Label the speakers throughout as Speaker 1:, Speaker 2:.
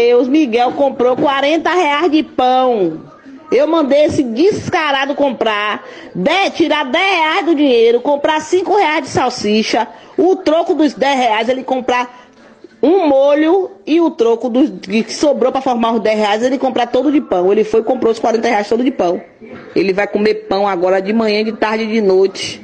Speaker 1: Deus, Miguel comprou 40 reais de pão. Eu mandei esse descarado comprar, de, tirar 10 reais do dinheiro, comprar 5 reais de salsicha, o troco dos 10 reais, ele comprar um molho e o troco dos, que sobrou para formar os 10 reais, ele comprar todo de pão. Ele foi e comprou os 40 reais todo de pão. Ele vai comer pão agora de manhã, de tarde e de noite.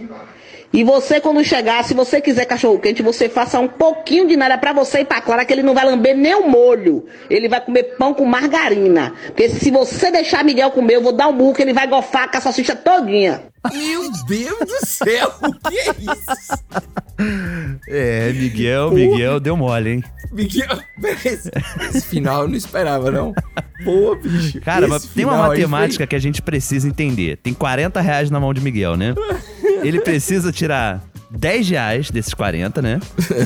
Speaker 1: E você, quando chegar, se você quiser cachorro-quente, você faça um pouquinho de nada para você e pra Clara, que ele não vai lamber nem o molho. Ele vai comer pão com margarina. Porque se você deixar Miguel comer, eu vou dar um burro que ele vai gofar com a salsicha todinha.
Speaker 2: Meu Deus do céu, o que é isso?
Speaker 3: É, Miguel, Miguel deu mole, hein?
Speaker 2: Miguel, esse, esse final eu não esperava, não. Boa, bicho.
Speaker 3: Cara,
Speaker 2: Esse
Speaker 3: mas tem uma
Speaker 2: final aí
Speaker 3: matemática que a gente precisa entender. Tem 40 reais na mão de Miguel, né? Ele precisa tirar 10 reais desses 40, né?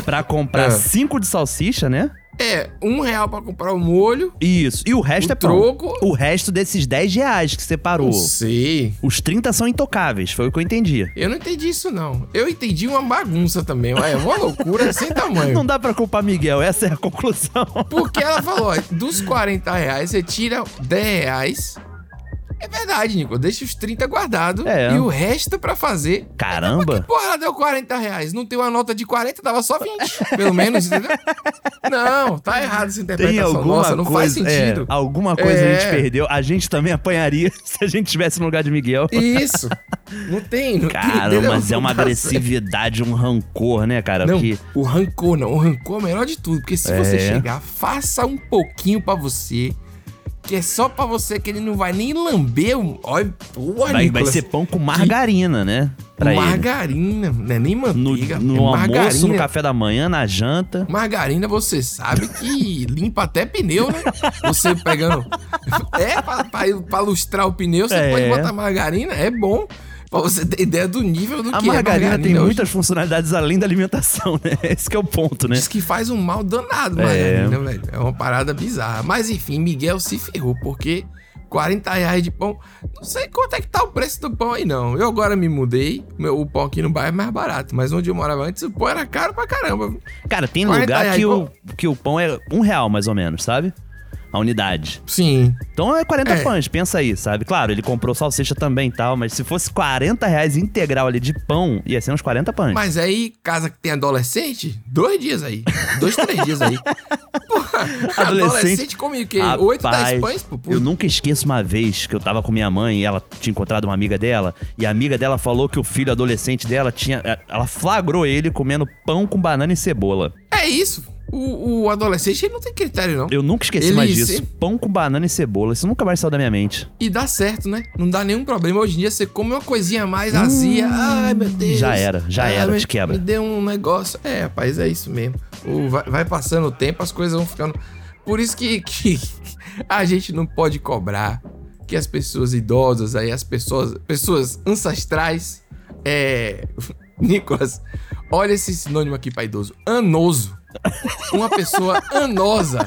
Speaker 3: Pra comprar
Speaker 2: É.
Speaker 3: 5 de salsicha, né?
Speaker 2: foi- É, um real pra comprar o molho.
Speaker 3: Isso. E o resto
Speaker 2: O
Speaker 3: é pão.
Speaker 2: troco-
Speaker 3: O resto desses 10 reais que separou.
Speaker 2: Não sei.
Speaker 3: Os 30 são intocáveis, foi o que eu entendi.
Speaker 2: Eu não entendi isso, não. Eu entendi uma bagunça também. Ué, É uma loucura sem tamanho.
Speaker 3: Não dá pra culpar Miguel, essa é a conclusão.
Speaker 2: Porque ela falou, ó, dos 40 reais, você tira 10 reais. É verdade, Nico. Deixa os 30 guardado
Speaker 3: É.
Speaker 2: e o resto pra fazer.
Speaker 3: Caramba!
Speaker 2: Porra, ela deu 40 reais. Não tem uma nota de 40, dava só 20. Pelo menos, entendeu? Não, tá errado essa
Speaker 3: Tem
Speaker 2: interpretação
Speaker 3: alguma
Speaker 2: nossa, não faz
Speaker 3: coisa. é,
Speaker 2: sentido.
Speaker 3: alguma coisa a gente
Speaker 2: É.
Speaker 3: perdeu. A gente também apanharia se a gente estivesse no lugar de Miguel.
Speaker 2: Isso. Não tem, não
Speaker 3: Cara,
Speaker 2: tem. entendeu?
Speaker 3: mas é uma
Speaker 2: Não tá
Speaker 3: agressividade, um rancor, né, cara?
Speaker 2: Não,
Speaker 3: Porque
Speaker 2: o rancor não. O rancor é o melhor de tudo. Porque se você
Speaker 3: É.
Speaker 2: chegar, faça um pouquinho pra você. Que é só pra você que ele não vai nem lamber. o- Olha, porra,
Speaker 3: vai, vai
Speaker 2: Nicolas.
Speaker 3: ser pão com margarina, né? Pra ele.
Speaker 2: margarina, não é nem
Speaker 3: No,
Speaker 2: manteiga.
Speaker 3: no
Speaker 2: é
Speaker 3: almoço,
Speaker 2: margarina.
Speaker 3: no café da manhã, na janta.
Speaker 2: Margarina, você sabe que limpa até pneu, né? Você pegando. É, pra, pra, pra lustrar o pneu, você
Speaker 3: É.
Speaker 2: pode botar margarina, é bom. Pra você ter ideia do nível do
Speaker 3: A
Speaker 2: que é
Speaker 3: margarina tem
Speaker 2: hoje.
Speaker 3: muitas funcionalidades além da alimentação, né? Esse que é o ponto, né?
Speaker 2: Diz que faz um mal danado, margarina, velho. É uma parada bizarra. Mas enfim, Miguel se ferrou, porque 40 reais de pão. Não sei quanto é que tá o preço do pão aí, não. Eu agora me mudei. Meu, o pão aqui no bairro é mais barato. Mas onde eu morava antes, o pão era caro pra caramba.
Speaker 3: Cara, tem
Speaker 2: 40
Speaker 3: lugar
Speaker 2: reais,
Speaker 3: que o, que o pão é um real, mais ou menos, sabe? A unidade.
Speaker 2: Sim.
Speaker 3: Então é 40
Speaker 2: É.
Speaker 3: pães, pensa aí, sabe? Claro, ele comprou salsicha também e tal, mas se fosse 40 reais integral ali de pão, ia ser uns 40 pães.
Speaker 2: Mas aí, casa que tem adolescente, dois dias aí. Dois, três dias aí. Porra, adolescente, come o quê? Oito, dez
Speaker 3: Rapaz,
Speaker 2: pães, pô. pô.
Speaker 3: Eu nunca esqueço uma vez que eu tava com minha mãe e ela tinha encontrado uma amiga dela, e a amiga dela falou que o filho adolescente dela tinha. é, Ela flagrou ele comendo pão com banana e cebola.
Speaker 2: É isso. O, o adolescente, ele não tem critério, não.
Speaker 3: Eu nunca esqueci
Speaker 2: Ele
Speaker 3: mais
Speaker 2: se-
Speaker 3: disso. Pão com banana e cebola. Isso nunca mais saiu da minha mente.
Speaker 2: E dá certo, né? Não dá nenhum problema. Hoje em dia você come uma coisinha a mais azia. Ai, meu Deus.
Speaker 3: Hum, já era, já
Speaker 2: Ai,
Speaker 3: era,
Speaker 2: me-
Speaker 3: te quebra.
Speaker 2: Me deu um negócio. É, rapaz, é isso mesmo. O, vai, vai passando o tempo, as coisas vão ficando. Por isso que, que a gente não pode cobrar que as pessoas idosas aí, as pessoas, pessoas ancestrais. É. Nicolas, olha esse sinônimo aqui pra idoso. Anoso. Uma pessoa anosa.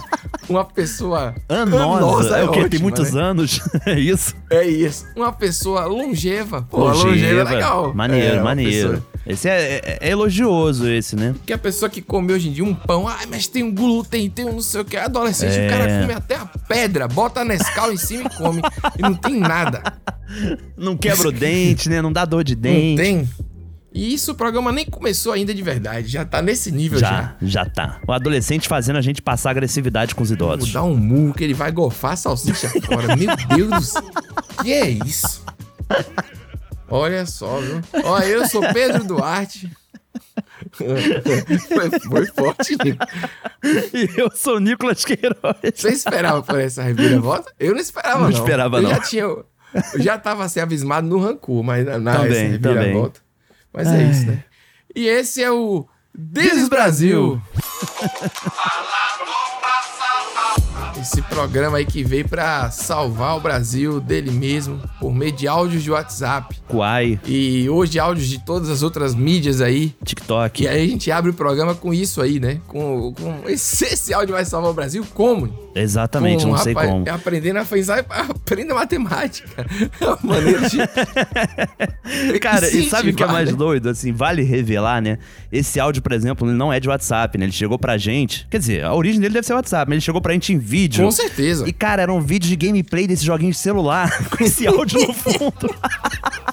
Speaker 2: Uma pessoa.
Speaker 3: Anosa, é, o quê? Tem
Speaker 2: ótima,
Speaker 3: muitos
Speaker 2: né?
Speaker 3: anos. é isso?
Speaker 2: É isso. Uma pessoa longeva. Pô, longeva, é legal. É,
Speaker 3: Maneiro,
Speaker 2: uma
Speaker 3: maneiro.
Speaker 2: pessoa-
Speaker 3: Esse é, é- é elogioso, esse, né?
Speaker 2: que a pessoa que come hoje em dia um pão, ai, mas tem um glúten, tem um não sei o que. Adolescente, o cara come até a pedra, bota a Nescau em cima e come. E não tem nada.
Speaker 3: Não quebra o dente, né? Não dá dor de
Speaker 2: Não
Speaker 3: dente.
Speaker 2: tem. E isso o programa nem começou ainda de verdade. Já tá nesse nível já.
Speaker 3: Já, já tá. O adolescente fazendo a gente passar agressividade com os
Speaker 2: Vou
Speaker 3: idosos.
Speaker 2: dar um murro que ele vai gofar a salsicha fora. Meu Deus do céu. Que é isso? Olha só, viu? Ó, eu sou Pedro Duarte. foi, foi forte, né? Nico.
Speaker 3: E eu sou o Nicolas Queiroz.
Speaker 2: Você esperava por essa reviravolta? Eu não esperava,
Speaker 3: Não
Speaker 2: não.
Speaker 3: esperava,
Speaker 2: eu
Speaker 3: não.
Speaker 2: Já tinha, eu já tava assim, abismado no rancor, mas na, na
Speaker 3: Também,
Speaker 2: essa reviravolta. Mas é isso, né? E esse é o This Brasil. Esse programa aí que veio pra salvar o Brasil dele mesmo, por meio de áudios de WhatsApp.
Speaker 3: Kuai,
Speaker 2: E hoje áudios de todas as outras mídias aí.
Speaker 3: TikTok.
Speaker 2: E aí a gente abre o programa com isso aí, né? Com, com esse, esse áudio vai salvar o Brasil como?
Speaker 3: Exatamente,
Speaker 2: Com,
Speaker 3: não sei
Speaker 2: rapaz, é um
Speaker 3: como.
Speaker 2: Aprendendo a pensar, a Aprenda matemática. É uma maneira de.
Speaker 3: Cara, e sabe o que é
Speaker 2: incentivar,
Speaker 3: mais
Speaker 2: né?
Speaker 3: doido? Assim, vale revelar, né? Esse áudio, por exemplo, ele não é de WhatsApp, né? Ele chegou pra gente. Quer dizer, a origem dele deve ser WhatsApp, mas ele chegou pra gente em vídeo.
Speaker 2: Com certeza.
Speaker 3: E, cara, era um vídeo de gameplay desse joguinho de celular, com esse áudio no fundo.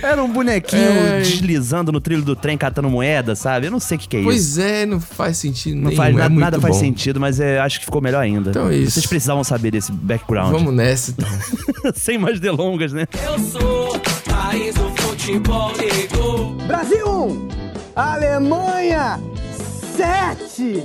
Speaker 3: Era um bonequinho
Speaker 2: Ai.
Speaker 3: deslizando no trilho do trem, catando moeda, sabe? Eu não sei o que, que é isso.
Speaker 2: Pois é, não faz sentido
Speaker 3: Não
Speaker 2: nenhum.
Speaker 3: faz,
Speaker 2: é
Speaker 3: nada,
Speaker 2: muito
Speaker 3: nada faz
Speaker 2: bom.
Speaker 3: sentido, mas é, acho que ficou melhor ainda.
Speaker 2: Então é isso.
Speaker 3: Vocês precisavam saber desse background.
Speaker 2: Vamos nessa, então.
Speaker 3: Sem mais delongas, né?
Speaker 4: Eu sou raiz do futebol negro.
Speaker 5: Brasil 1, Alemanha 7.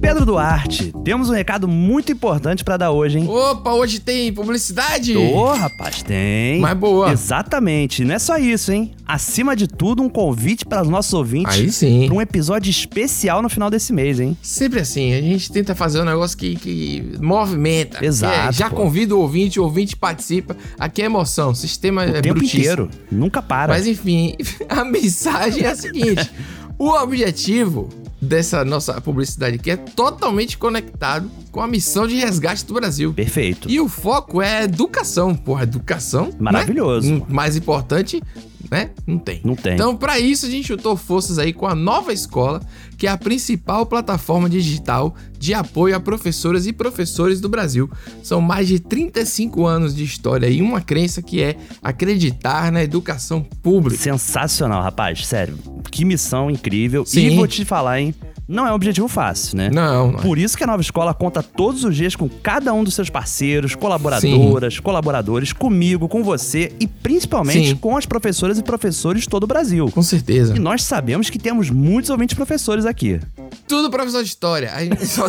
Speaker 3: Pedro Duarte, temos um recado muito importante pra dar hoje, hein?
Speaker 2: Opa, hoje tem publicidade?
Speaker 3: Ô, rapaz, tem.
Speaker 2: Mas boa.
Speaker 3: Exatamente. Não é só isso, hein? Acima de tudo, um convite para os nossos ouvintes
Speaker 2: Aí sim.
Speaker 3: para um episódio especial no final desse mês, hein?
Speaker 2: Sempre assim, a gente tenta fazer um negócio que, que movimenta.
Speaker 3: Exato,
Speaker 2: É, já
Speaker 3: pô.
Speaker 2: convida o ouvinte, o ouvinte participa. Aqui é emoção, o sistema
Speaker 3: O
Speaker 2: é
Speaker 3: tempo
Speaker 2: brutíssimo.
Speaker 3: inteiro. Nunca para.
Speaker 2: Mas enfim, a mensagem é a seguinte: o objetivo dessa nossa publicidade aqui é totalmente conectado com a missão de resgate do Brasil.
Speaker 3: Perfeito.
Speaker 2: E o foco é educação. Porra, educação. né?
Speaker 3: Maravilhoso.
Speaker 2: Hum, Mais importante, né? Não tem.
Speaker 3: Não tem.
Speaker 2: Então, pra isso, a gente juntou forças aí com a Nova Escola, que é a principal plataforma digital de apoio a professoras e professores do Brasil. São mais de 35 anos de história e uma crença que é acreditar na educação pública.
Speaker 3: Sensacional, rapaz. Sério. Que missão incrível.
Speaker 2: Sim.
Speaker 3: E vou te falar, hein? Não é um objetivo fácil, né?
Speaker 2: Não, é. não.
Speaker 3: Por isso que a Nova Escola conta todos os dias com cada um dos seus parceiros, colaboradoras, colaboradores, comigo, com você e principalmente
Speaker 2: Sim.
Speaker 3: com as professoras e professores de todo o Brasil.
Speaker 2: Com certeza.
Speaker 3: E nós sabemos que temos muitos ouvintes professores aqui.
Speaker 2: Tudo professor de história. A gente só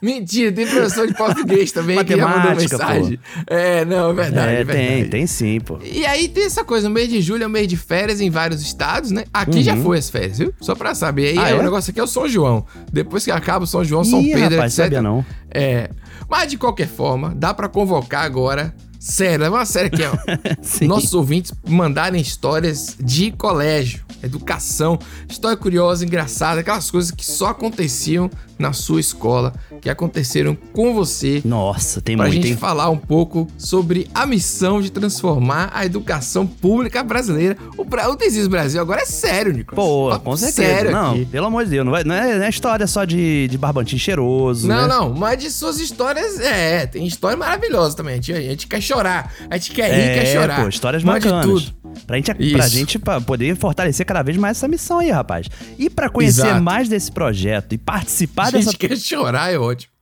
Speaker 2: Mentira, tem professor de português também que já mandou
Speaker 3: Matemática, pô.
Speaker 2: mensagem. É, não, é verdade.
Speaker 3: é,
Speaker 2: é verdade.
Speaker 3: tem, tem sim, pô.
Speaker 2: E aí tem essa coisa, o mês de julho é o mês de férias em vários estados, né? Aqui já foi as férias, viu? Só pra saber. Aí
Speaker 3: Uhum. Ah,
Speaker 2: é?
Speaker 3: é?
Speaker 2: o negócio aqui é o São João. Depois que acaba o São João, São
Speaker 3: Ih,
Speaker 2: Pedro,
Speaker 3: rapaz,
Speaker 2: etc.
Speaker 3: sabia não.
Speaker 2: É. Mas de qualquer forma, dá pra convocar agora. Sério, é uma série aqui, ó.
Speaker 3: Sim.
Speaker 2: Nossos ouvintes mandarem histórias de colégio, educação, história curiosa, engraçada, aquelas coisas que só aconteciam na sua escola, que aconteceram com você
Speaker 3: Nossa, tem
Speaker 2: para a
Speaker 3: muito,
Speaker 2: gente
Speaker 3: hein?
Speaker 2: falar um pouco sobre a missão de transformar a educação pública brasileira. O, Bra- o Desis Brasil agora é sério, Nicolas.
Speaker 3: Pô,
Speaker 2: Papo
Speaker 3: com certeza.
Speaker 2: Sério
Speaker 3: não,
Speaker 2: aqui.
Speaker 3: pelo amor de Deus, não, vai- não é, não é história só de, de barbantinho cheiroso.
Speaker 2: Não,
Speaker 3: né?
Speaker 2: não, mas de suas histórias, é, tem história maravilhosa também. A gente, a gente quer chorar, a gente quer rir, quer é chorar.
Speaker 3: É, Pô, histórias
Speaker 2: Mas de
Speaker 3: bacanas.
Speaker 2: tudo.
Speaker 3: Pra gente, pra
Speaker 2: Isso.
Speaker 3: gente pra poder fortalecer cada vez mais essa missão aí, rapaz. E pra conhecer
Speaker 2: Exato.
Speaker 3: mais desse projeto e
Speaker 2: A
Speaker 3: participar
Speaker 2: gente
Speaker 3: dessa.
Speaker 2: quer chorar, é ótimo.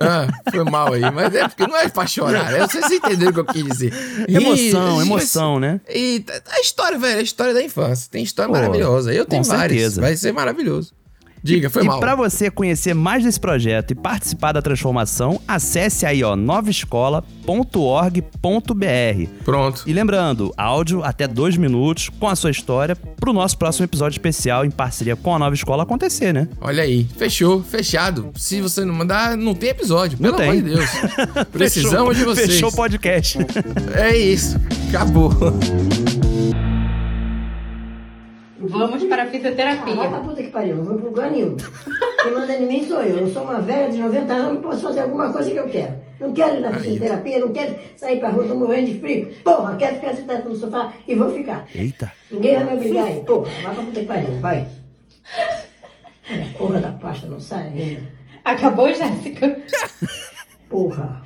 Speaker 2: Ah, foi mal aí, mas é porque não é pra chorar, é, vocês entenderam o que eu quis dizer. Rir,
Speaker 3: Emoção,
Speaker 2: rir, mas-
Speaker 3: emoção, né?
Speaker 2: E tá- a história, velho, a história da infância. Tem história
Speaker 3: Pô,
Speaker 2: maravilhosa. Eu tenho
Speaker 3: com
Speaker 2: várias.
Speaker 3: certeza.
Speaker 2: Vai ser maravilhoso. Diga, foi
Speaker 3: e
Speaker 2: mal.
Speaker 3: pra você conhecer mais desse projeto e participar da transformação, acesse aí, ó, novaescola.org.br.
Speaker 2: Pronto.
Speaker 3: E lembrando, áudio até dois minutos com a sua história pro nosso próximo episódio especial em parceria com a Nova Escola acontecer, né?
Speaker 2: Olha aí. Fechou, fechado. Se você não mandar, não tem episódio. Pelo
Speaker 3: Não tem.
Speaker 2: amor de Deus. Precisamos de
Speaker 3: Fechou-
Speaker 2: vocês.
Speaker 3: Fechou o podcast.
Speaker 2: É isso. Acabou.
Speaker 6: Vamos para a fisioterapia.
Speaker 7: Vai pra puta que pariu, não vou pro lugar nenhum. Quem manda em mim sou eu. Eu sou uma velha de 90 anos, posso fazer alguma coisa que eu quero. Não quero ir na fisioterapia, não quero sair pra rua, tô morrendo de frio. Porra, quero ficar sentado no sofá e vou ficar.
Speaker 3: Eita.
Speaker 7: Ninguém vai me obrigar aí. Porra, vai pra puta que pariu, vai. É, Porra da pasta, não sai ainda.
Speaker 6: Acabou, Jéssica?
Speaker 7: Porra.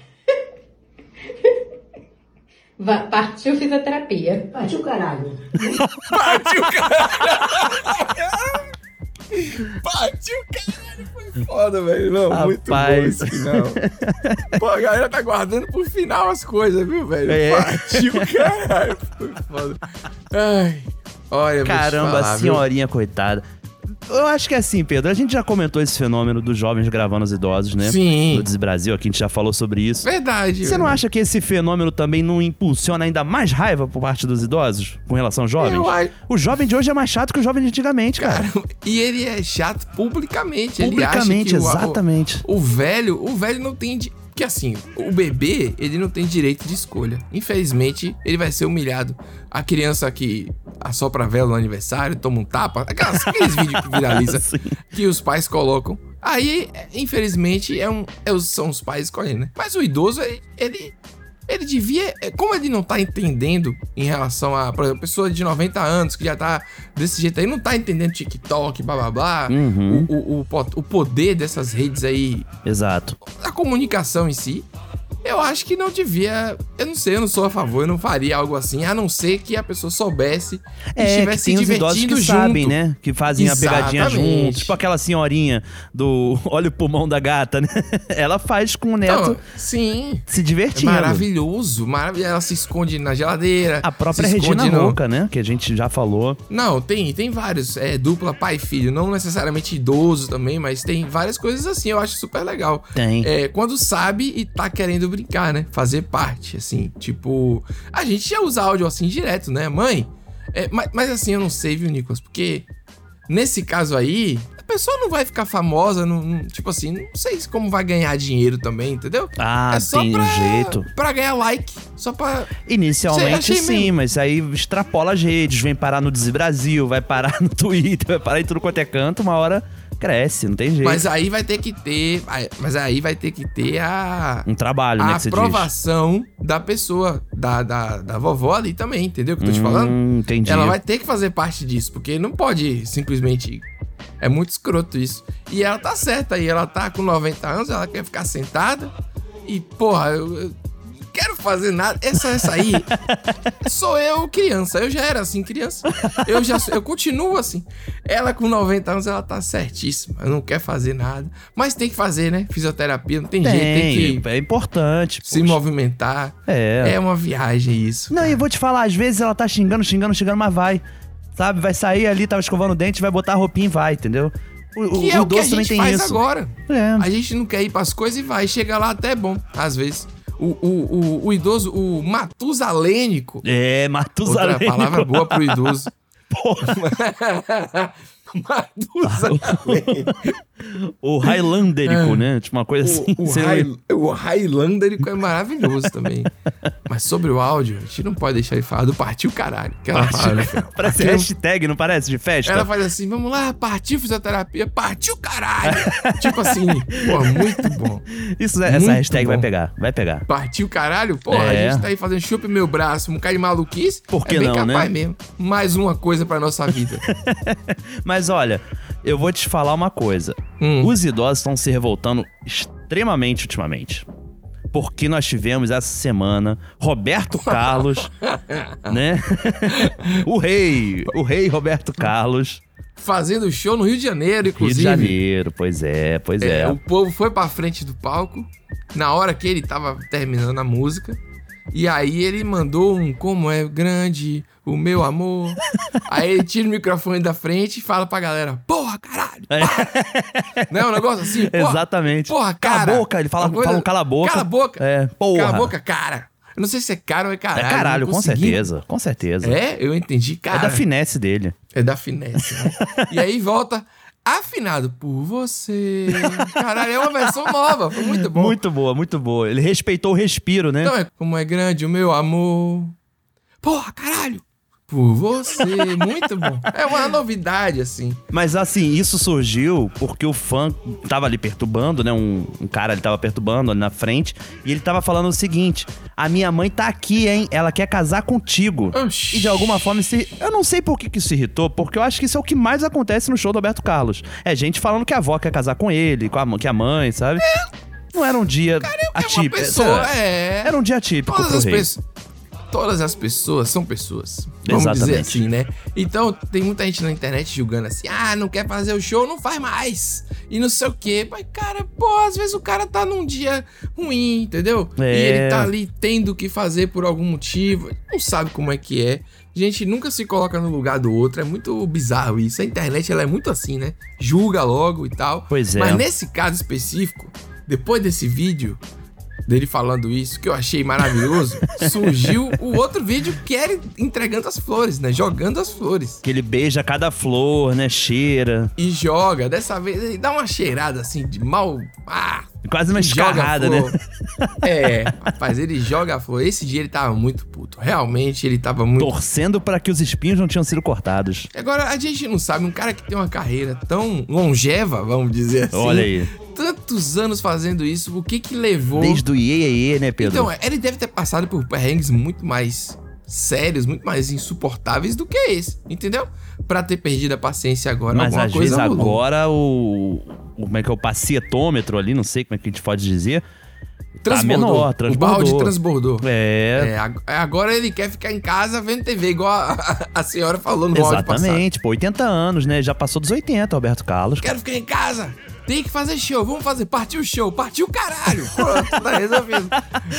Speaker 6: Va- Partiu fisioterapia.
Speaker 7: Partiu o caralho.
Speaker 2: Partiu, cara. Partiu, caralho. Foi foda, velho. Não, muito bom
Speaker 3: Rapaz.
Speaker 2: esse final. Pô, a galera tá guardando pro final as coisas, viu, velho?
Speaker 3: É.
Speaker 2: Partiu, caralho. Foi foda. Ai. Olha, vou te
Speaker 3: Caramba,
Speaker 2: falar,
Speaker 3: a
Speaker 2: viu?
Speaker 3: senhorinha coitada. Eu acho que é assim, Pedro. A gente já comentou esse fenômeno dos jovens gravando os idosos, né?
Speaker 2: Sim.
Speaker 3: No Desbrasil, aqui a gente já falou sobre isso.
Speaker 2: Verdade.
Speaker 3: Você não
Speaker 2: velho.
Speaker 3: acha que esse fenômeno também não impulsiona ainda mais raiva por parte dos idosos com relação aos jovens?
Speaker 2: Eu acho-
Speaker 3: O jovem de hoje é mais chato que o jovem de antigamente, cara.
Speaker 2: Cara, e ele é chato publicamente.
Speaker 3: Publicamente,
Speaker 2: ele acha que o-
Speaker 3: exatamente.
Speaker 2: O, o velho, o velho não tem. Di... Porque assim, o bebê, ele não tem direito de escolha. Infelizmente, ele vai ser humilhado. A criança que assopra a vela no aniversário, toma um tapa, aquelas, aqueles vídeos que viraliza,
Speaker 3: Sim.
Speaker 2: que os pais colocam. Aí, é, infelizmente, é um, é os- são os pais escolhendo, né? Mas o idoso, ele, ele, ele devia. é, Como ele não tá entendendo em relação a, por exemplo, pessoa de 90 anos que já tá desse jeito aí, não tá entendendo TikTok, blá blá blá,
Speaker 3: Uhum.
Speaker 2: o, o, o pot- o poder dessas redes aí,
Speaker 3: Exato.
Speaker 2: a comunicação em si. Eu acho que não devia. Eu não sei, eu não sou a favor, eu não faria algo assim, a não ser que a pessoa soubesse e
Speaker 3: É, que
Speaker 2: estivesse
Speaker 3: tem
Speaker 2: se
Speaker 3: os idosos
Speaker 2: divertindo
Speaker 3: que
Speaker 2: junto.
Speaker 3: sabem, né? Que fazem a pegadinha
Speaker 2: Exatamente.
Speaker 3: juntos. Tipo aquela senhorinha do Olha o Pulmão da Gata, né? Ela faz com o neto
Speaker 2: Então, sim.
Speaker 3: se
Speaker 2: É
Speaker 3: divertindo.
Speaker 2: maravilhoso, maravilhoso. Ela se esconde na geladeira.
Speaker 3: A própria
Speaker 2: se
Speaker 3: Regina
Speaker 2: esconde no-
Speaker 3: Rouca, né? Que a gente já falou.
Speaker 2: Não, tem, tem vários. É dupla pai e filho. Não necessariamente idoso também, mas tem várias coisas assim. Eu acho super legal.
Speaker 3: Tem.
Speaker 2: É, quando sabe e tá querendo brincar, né? Fazer parte, assim. Tipo, a gente já usa áudio assim direto, né? Mãe. É, mas, mas assim, eu não sei, viu, Nicolas? Porque nesse caso aí, a pessoa não vai ficar famosa. Não, não- tipo assim, não sei como vai ganhar dinheiro também, entendeu?
Speaker 3: Ah,
Speaker 2: é só
Speaker 3: tem
Speaker 2: pra,
Speaker 3: um jeito.
Speaker 2: pra ganhar like. Só pra. Sei,
Speaker 3: Inicialmente
Speaker 2: achei
Speaker 3: sim,
Speaker 2: meio-
Speaker 3: mas aí extrapola as redes, vem parar no Desbrasil, vai parar no Twitter, vai parar em tudo quanto é canto, uma hora cresce, não tem jeito.
Speaker 2: Mas aí vai ter que ter. aí- Mas aí vai ter que ter a.
Speaker 3: um trabalho, né,
Speaker 2: A
Speaker 3: que se diz.
Speaker 2: aprovação da pessoa, da, da, da vovó ali também, entendeu o que eu tô te falando?
Speaker 3: Hum, entendi.
Speaker 2: Ela vai ter que fazer parte disso, porque não pode simplesmente. É muito escroto isso. E ela tá certa aí, ela tá com 90 anos, ela quer ficar sentada. E, porra, eu, eu não quero fazer nada. Essa, essa aí. sou eu criança. Eu já era assim, criança. Eu já sou- eu continuo assim. Ela com 90 anos, ela tá certíssima. Não quer fazer nada. Mas tem que fazer, né? Fisioterapia, não tem,
Speaker 3: Tem,
Speaker 2: jeito, tem que
Speaker 3: é importante.
Speaker 2: se
Speaker 3: poxa.
Speaker 2: movimentar.
Speaker 3: É.
Speaker 2: É. uma viagem isso.
Speaker 3: Não, e eu vou te falar, às vezes ela tá xingando, xingando, xingando, mas vai. Sabe, vai sair ali, tava escovando o dente, vai botar a roupinha e vai, entendeu? O,
Speaker 2: que
Speaker 3: o
Speaker 2: é o que a
Speaker 3: idoso também
Speaker 2: gente
Speaker 3: tem
Speaker 2: faz
Speaker 3: isso.
Speaker 2: agora.
Speaker 3: É.
Speaker 2: A gente não quer ir pras coisas e vai. Chega lá até é bom, às vezes. O, o, o, o idoso, o matusalênico.
Speaker 3: É,
Speaker 2: Outra
Speaker 3: Matusalém.
Speaker 2: palavra boa pro idoso. Matusalênico.
Speaker 3: O
Speaker 2: É.
Speaker 3: Highlanderico, né? Tipo uma coisa assim.
Speaker 2: O, o,
Speaker 3: sei lá.
Speaker 2: High- o Highlanderico é maravilhoso também. Mas sobre o áudio, a gente não pode deixar ele falar do partiu caralho. Que ela fala no final.
Speaker 3: Parece
Speaker 2: Partiu-
Speaker 3: hashtag, não parece? De festa?
Speaker 2: Ela faz assim, vamos lá, partiu fisioterapia, partiu caralho. tipo assim, pô, muito bom.
Speaker 3: Isso, é, essa
Speaker 2: Muito
Speaker 3: hashtag vai
Speaker 2: bom.
Speaker 3: pegar, vai pegar.
Speaker 2: Partiu caralho, porra,
Speaker 3: É.
Speaker 2: a gente tá aí fazendo chupa meu braço, um bocado de maluquice.
Speaker 3: Por que
Speaker 2: é bem
Speaker 3: não,
Speaker 2: capaz
Speaker 3: né?
Speaker 2: mesmo. Mais uma coisa pra nossa vida.
Speaker 3: Mas olha, eu vou te falar uma coisa.
Speaker 2: Hum.
Speaker 3: Os idosos estão se revoltando extremamente ultimamente. Porque nós tivemos essa semana Roberto Carlos, né? o rei, o rei Roberto Carlos,
Speaker 2: Fazendo show no Rio de Janeiro,
Speaker 3: Rio de
Speaker 2: inclusive.
Speaker 3: Janeiro, pois é, pois é.
Speaker 2: É, o povo foi pra frente do palco na hora que ele tava terminando a música. E aí ele mandou um como é grande o meu amor. aí ele tira o microfone da frente e fala pra galera: "Porra, caralho". pá!" Não é um negócio assim, porra,
Speaker 3: Exatamente.
Speaker 2: Porra, cara.
Speaker 3: Cala a boca, ele fala,
Speaker 2: Uma coisa-
Speaker 3: fala um cala a boca.
Speaker 2: Cala a boca.
Speaker 3: É, porra.
Speaker 2: Cala a boca, cara. Eu não sei se é cara ou é
Speaker 3: É
Speaker 2: caralho.
Speaker 3: caralho,
Speaker 2: não
Speaker 3: com
Speaker 2: consegui.
Speaker 3: certeza, com certeza.
Speaker 2: É, eu entendi, cara.
Speaker 3: é da finesse dele.
Speaker 2: É da finesse. Né? e aí volta afinado por você. Caralho, é uma versão nova. Foi muito bom.
Speaker 3: Muito boa, muito boa. Ele respeitou o respiro, né?
Speaker 2: Então é como é grande o meu amor. Porra, caralho. Por você. Muito bom. É uma novidade, assim.
Speaker 3: Mas assim, isso surgiu porque o fã tava ali perturbando, né? Um, um cara ele tava perturbando ali na frente. E ele tava falando o seguinte: A minha mãe tá aqui, hein? Ela quer casar contigo.
Speaker 2: Oxi.
Speaker 3: E de alguma forma, se... eu não sei por que, que isso irritou, porque eu acho que isso é o que mais acontece no show do Roberto Carlos. É gente falando que a avó quer casar com ele, com a, mãe- que a mãe, sabe? Não era um dia
Speaker 2: É uma
Speaker 3: atípico.
Speaker 2: pessoa.
Speaker 3: sabe?
Speaker 2: É.
Speaker 3: Era um dia atípico.
Speaker 2: Todas
Speaker 3: pro
Speaker 2: as
Speaker 3: rei.
Speaker 2: pessoas. Todas as pessoas são pessoas. Vamos dizer
Speaker 3: Exatamente.
Speaker 2: assim, né? Então, tem muita gente na internet julgando assim: ah, não quer fazer o show, não faz mais. E não sei o quê. Mas, cara, pô, às vezes o cara tá num dia ruim, entendeu?
Speaker 3: É.
Speaker 2: E ele tá ali tendo que fazer por algum motivo, não sabe como é que é. Gente, nunca se coloca no lugar do outro, é muito bizarro isso. A internet, ela é muito assim, né? Julga logo e tal.
Speaker 3: Pois é.
Speaker 2: Mas nesse caso específico, depois desse vídeo dele falando isso, que eu achei maravilhoso, surgiu o outro vídeo que era entregando as flores, né? Jogando as flores.
Speaker 3: Que ele beija cada flor, né? Cheira.
Speaker 2: E joga, dessa vez ele dá uma cheirada assim de mal. Ah,
Speaker 3: Quase uma escarrada, né?
Speaker 2: É, rapaz, ele joga a flor. Esse dia ele tava muito puto. Realmente ele tava muito.
Speaker 3: Torcendo pra que os espinhos não tinham sido cortados.
Speaker 2: Agora, a gente não sabe, um cara que tem uma carreira tão longeva, vamos dizer assim.
Speaker 3: Olha aí.
Speaker 2: Tantos anos fazendo isso, o que que levou.
Speaker 3: Desde o Iê, né, Pedro?
Speaker 2: Então, ele deve ter passado por perrengues muito mais sérios, muito mais insuportáveis do que esse, entendeu? Pra ter perdido a paciência agora.
Speaker 3: Mas
Speaker 2: alguma
Speaker 3: às
Speaker 2: coisa
Speaker 3: vezes
Speaker 2: mudou.
Speaker 3: agora o, o- Como é que é? O pacietômetro ali, não sei como é que a gente pode dizer.
Speaker 2: Transbordou.
Speaker 3: tá menor, transbordou.
Speaker 2: O balde transbordou.
Speaker 3: É.
Speaker 2: É, ag- agora ele quer ficar em casa vendo TV, igual a, a senhora falou no áudio passado.
Speaker 3: Exatamente, pô, 80 anos, né? Já passou dos 80, Roberto Carlos.
Speaker 2: Quero ficar em casa. Tem que fazer show. Vamos fazer. Partiu o show. Partiu o caralho. Pronto, tá resolvido.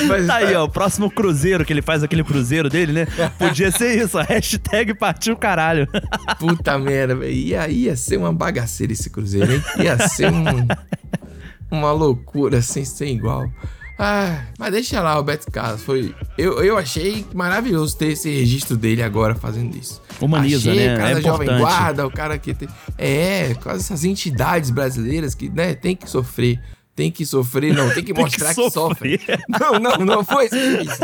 Speaker 2: Mas,
Speaker 3: Tá aí, ó, o próximo cruzeiro que ele faz, aquele cruzeiro dele, né? Podia ser isso, a hashtag partiu o caralho.
Speaker 2: Puta merda, velho. Ia, ia ser uma bagaceira esse cruzeiro, hein? Ia ser um- uma loucura sem sem igual. Ah, mas deixa lá, Roberto Carlos. Foi, eu, eu achei maravilhoso ter esse registro dele agora fazendo isso.
Speaker 3: Humaniza,
Speaker 2: achei,
Speaker 3: né?
Speaker 2: O cara
Speaker 3: É
Speaker 2: da Jovem
Speaker 3: importante.
Speaker 2: Guarda, o cara que tem. É, quase essas entidades brasileiras que, né, tem que sofrer. Tem que sofrer, não, tem que
Speaker 3: Tem que
Speaker 2: mostrar que, sofre.
Speaker 3: sofrer.
Speaker 2: Não, não, não foi isso. que eu disse.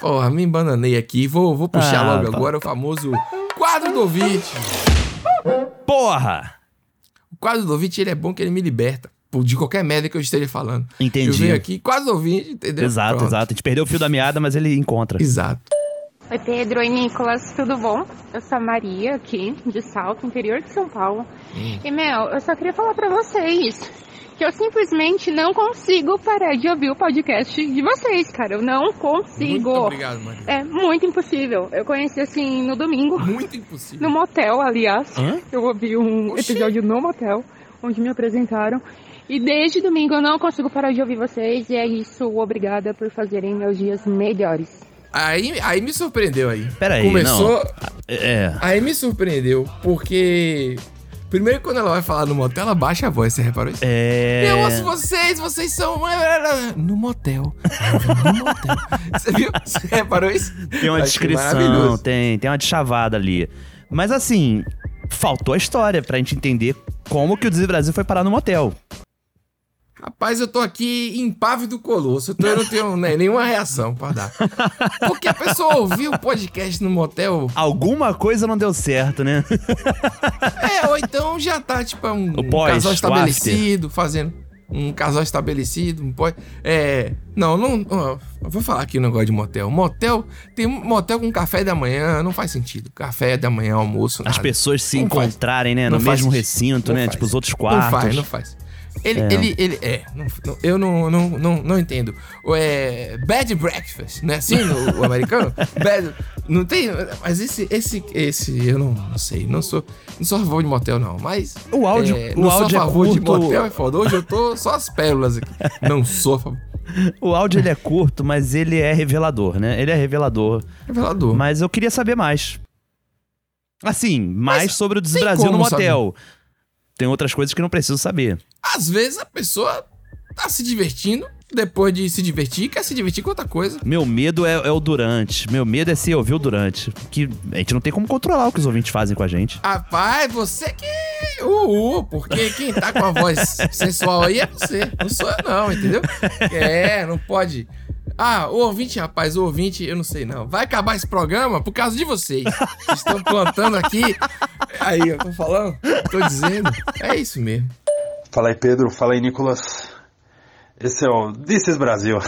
Speaker 2: Porra, me embananei aqui. Vou, vou puxar
Speaker 3: Ah,
Speaker 2: logo
Speaker 3: tá.
Speaker 2: agora o famoso quadro do ouvinte.
Speaker 3: Porra!
Speaker 2: O quadro do ouvinte, ele é bom que ele me liberta por- de qualquer merda que eu esteja falando.
Speaker 3: Entendi.
Speaker 2: Eu venho aqui, quase ouvinte, entendeu?
Speaker 3: Exato,
Speaker 2: Pronto.
Speaker 3: exato. A gente perdeu o fio da meada, mas ele encontra.
Speaker 2: Exato.
Speaker 8: Oi Pedro, oi Nicolas, tudo bom? Eu sou a Maria aqui de Salto, interior de São Paulo.
Speaker 2: Hum.
Speaker 8: E Mel, eu só queria falar pra vocês que eu simplesmente não consigo parar de ouvir o podcast de vocês, cara. Eu não consigo.
Speaker 2: Muito obrigado, Maria.
Speaker 8: É muito impossível. Eu conheci assim no domingo,
Speaker 2: Muito impossível.
Speaker 8: no motel, aliás.
Speaker 3: Hã?
Speaker 8: Eu ouvi um
Speaker 2: Oxi.
Speaker 8: episódio no motel onde me apresentaram. E desde domingo eu não consigo parar de ouvir vocês. E é isso. Obrigada por fazerem meus dias melhores.
Speaker 2: Aí, aí me surpreendeu aí.
Speaker 3: Pera aí,
Speaker 2: Começou...
Speaker 3: É.
Speaker 2: Aí me surpreendeu, porque... Primeiro, quando ela vai falar no motel, ela baixa a voz, você reparou isso?
Speaker 3: É.
Speaker 2: Eu ouço vocês, vocês são... No motel. No motel. Você viu? Você reparou isso?
Speaker 3: Tem uma
Speaker 2: Achei
Speaker 3: descrição,
Speaker 2: maravilhoso.
Speaker 3: tem, tem uma deschavada ali. Mas assim, faltou a história pra gente entender como que o Disney Brasil foi parar no motel.
Speaker 2: Rapaz, eu tô aqui impávido colosso. Eu, tô- eu não tenho né, nenhuma reação pra dar. Porque a pessoa ouviu o podcast no motel.
Speaker 3: Alguma coisa não deu certo, né?
Speaker 2: É, ou então já tá, tipo, um,
Speaker 3: O pós,
Speaker 2: casal
Speaker 3: o
Speaker 2: estabelecido, fazendo. Um casal estabelecido, um pós. É. Não, não. ó, eu vou falar aqui um negócio de motel. Motel. Tem um motel com café da manhã, não faz sentido. Café da manhã, almoço, nada.
Speaker 3: As pessoas se
Speaker 2: Não faz.
Speaker 3: encontrarem, né?
Speaker 2: Não
Speaker 3: No
Speaker 2: faz
Speaker 3: mesmo
Speaker 2: sentido.
Speaker 3: recinto,
Speaker 2: Não
Speaker 3: né?
Speaker 2: faz.
Speaker 3: Tipo, os outros
Speaker 2: Não
Speaker 3: quartos.
Speaker 2: faz, não faz. Ele,
Speaker 3: É.
Speaker 2: ele, ele, é, não- não- eu não, não, não, não entendo. O, É, bad breakfast, né? Assim, no, o americano? Bad, não tem, mas esse, esse, esse, eu não, não sei, não sou, não sou a favor de motel, não, mas...
Speaker 3: O áudio-
Speaker 2: é,
Speaker 3: o
Speaker 2: não
Speaker 3: áudio
Speaker 2: sou
Speaker 3: é
Speaker 2: a favor de
Speaker 3: curto.
Speaker 2: motel, é foda. Hoje eu tô só as pérolas aqui. Não sou a favor.
Speaker 3: O áudio ele é curto, mas ele é revelador, né? Ele é revelador.
Speaker 2: Revelador.
Speaker 3: Mas eu queria saber mais. Assim, mais
Speaker 2: Mas
Speaker 3: sobre o Disney
Speaker 2: tem
Speaker 3: Brasil no
Speaker 2: como
Speaker 3: motel. Tem outras coisas que eu não preciso saber.
Speaker 2: Às vezes a pessoa tá se divertindo, depois de se divertir, quer se divertir com outra coisa.
Speaker 3: Meu medo é, é o durante. Meu medo é se ouvir o durante. Que a gente não tem como controlar o que os ouvintes fazem com a gente.
Speaker 2: Rapaz, você que. Uhul, porque quem tá com a voz sensual aí é você. Não sou eu, não, entendeu? É, não pode. Ah, o ouvinte, rapaz, o ouvinte, eu não sei não. Vai acabar esse programa por causa de vocês. Vocês estão plantando aqui. Aí, eu tô falando, tô dizendo. É isso mesmo.
Speaker 9: Fala aí, Pedro. Fala aí, Nicolas. Esse é o This is Brasil.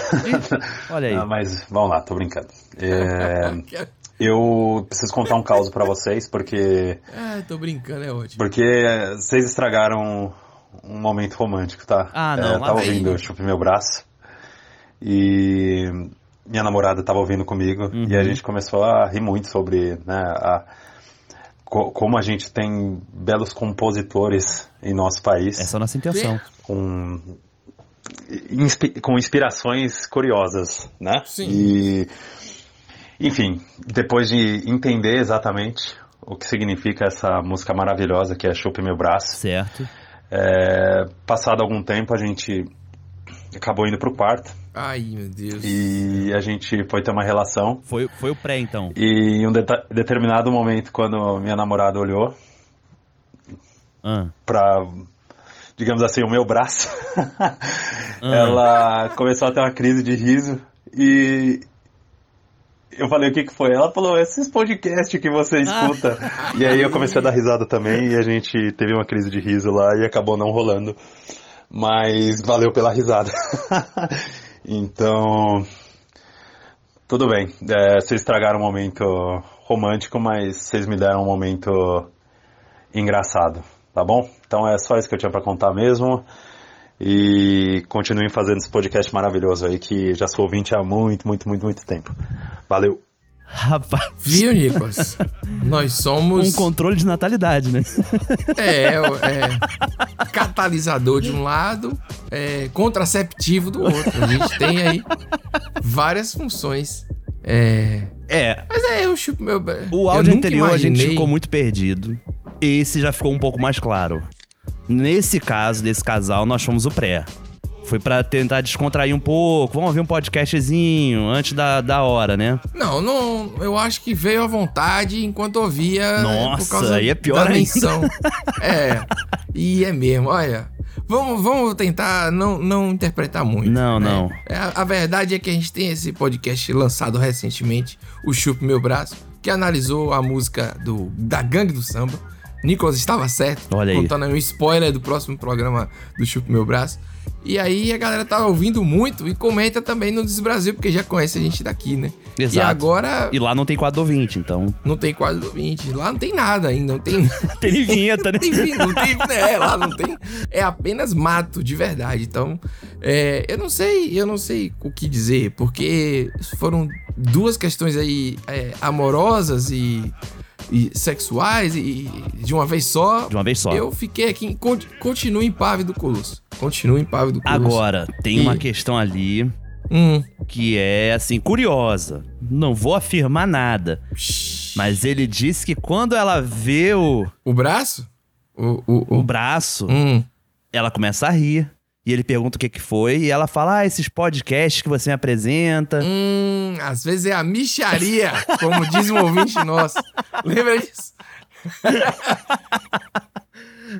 Speaker 3: Olha aí.
Speaker 9: Ah, mas vamos lá, tô brincando. É,
Speaker 2: Quero-
Speaker 9: eu preciso contar um caos pra vocês, porque
Speaker 2: Ah, tô brincando, é ótimo.
Speaker 9: porque vocês estragaram um momento romântico, tá?
Speaker 3: Ah, não,
Speaker 9: É,
Speaker 3: lá
Speaker 9: tava
Speaker 3: vem.
Speaker 9: ouvindo eu Chupe Meu Braço e minha namorada tava ouvindo comigo e
Speaker 3: Uhum.
Speaker 9: a gente começou a rir muito sobre né, a- co- como a gente tem
Speaker 3: É
Speaker 9: belos compositores em nosso país
Speaker 3: Essa é a nossa intenção.
Speaker 9: com inspi- com inspirações curiosas, né?
Speaker 2: Sim.
Speaker 9: E, enfim, depois de entender exatamente o que significa essa música maravilhosa que é Chupe Meu Braço. é,
Speaker 3: Certo.
Speaker 9: passado algum tempo, a gente acabou indo pro quarto
Speaker 2: Ai, meu Deus.
Speaker 9: e a gente foi ter uma relação.
Speaker 3: Foi, foi o pré, então.
Speaker 9: E em um deta- determinado momento, quando minha namorada olhou
Speaker 3: Ah.
Speaker 9: pra, digamos assim, o meu braço, ela começou a ter uma crise de riso e eu falei o que que foi. Ela falou, esses podcasts que você escuta. E aí eu comecei a dar risada também e a gente teve uma crise de riso lá e acabou não rolando. Mas valeu pela risada. então, tudo bem. É, vocês estragaram um momento romântico, mas vocês me deram um momento engraçado, tá bom? Então é só isso que eu tinha pra contar mesmo. E continuem fazendo esse podcast maravilhoso aí, que já sou ouvinte há muito, muito, muito, muito tempo. Valeu!
Speaker 3: Rapaz.
Speaker 2: Viu, Nicolas? Nós somos.
Speaker 3: Um controle de natalidade, né?
Speaker 2: É, o- é catalisador de um lado, é contraceptivo do outro. A gente tem aí várias funções. É.
Speaker 3: É.
Speaker 2: Mas é, eu chupo meu.
Speaker 3: O
Speaker 2: eu
Speaker 3: áudio
Speaker 2: nunca
Speaker 3: anterior a gente
Speaker 2: imaginei-
Speaker 3: ficou muito perdido. Esse já ficou um pouco mais claro. Nesse caso, desse casal, nós fomos o pré. Foi pra tentar descontrair um pouco. Vamos ouvir um podcastzinho antes da, da hora, né?
Speaker 2: Não, não, eu acho que veio à vontade enquanto ouvia. né,
Speaker 3: Nossa,
Speaker 2: por causa
Speaker 3: aí é pior
Speaker 2: da
Speaker 3: ainda.
Speaker 2: menção. É, e é mesmo, olha. Vamos, vamos tentar não, não interpretar muito.
Speaker 3: Não, não.
Speaker 2: É, a, a verdade é que a gente tem esse podcast lançado recentemente, o Chupa Meu Braço, que analisou a música do, da Gangue do Samba. Nicolas estava certo,
Speaker 3: Olha aí.
Speaker 2: contando aí um spoiler do próximo programa do Chupa Meu Braço. E aí a galera tá ouvindo muito e comenta também no Desbrasil, porque já conhece a gente daqui, né? E
Speaker 3: Exato.
Speaker 2: agora
Speaker 3: E lá não tem quadro ouvinte, então.
Speaker 2: não tem quase ouvinte. Lá não tem nada ainda, não tem.
Speaker 3: Tem nem vinheta, né?
Speaker 2: Não tem, vi- não tem, é, lá não tem. É apenas mato, de verdade. Então, é, eu não sei, eu não sei o que dizer, porque foram duas questões aí é, amorosas e, e sexuais e e de uma vez só.
Speaker 3: De uma vez só.
Speaker 2: Eu fiquei aqui, em- con- continuo impávido do Colosso. Continuo impávido do Colosso.
Speaker 3: Agora, tem
Speaker 2: E-
Speaker 3: uma questão ali
Speaker 2: Hum.
Speaker 3: que é, assim, curiosa. Não vou afirmar nada. Mas ele disse que quando ela vê o,
Speaker 2: O braço? O, o,
Speaker 3: o
Speaker 2: o...
Speaker 3: braço,
Speaker 2: Hum.
Speaker 3: ela começa a rir. E ele pergunta o que, que foi. E ela fala: Ah, esses podcasts que você me apresenta.
Speaker 2: Hum, às vezes é a micharia, como diz um ouvinte nosso. Lembra disso?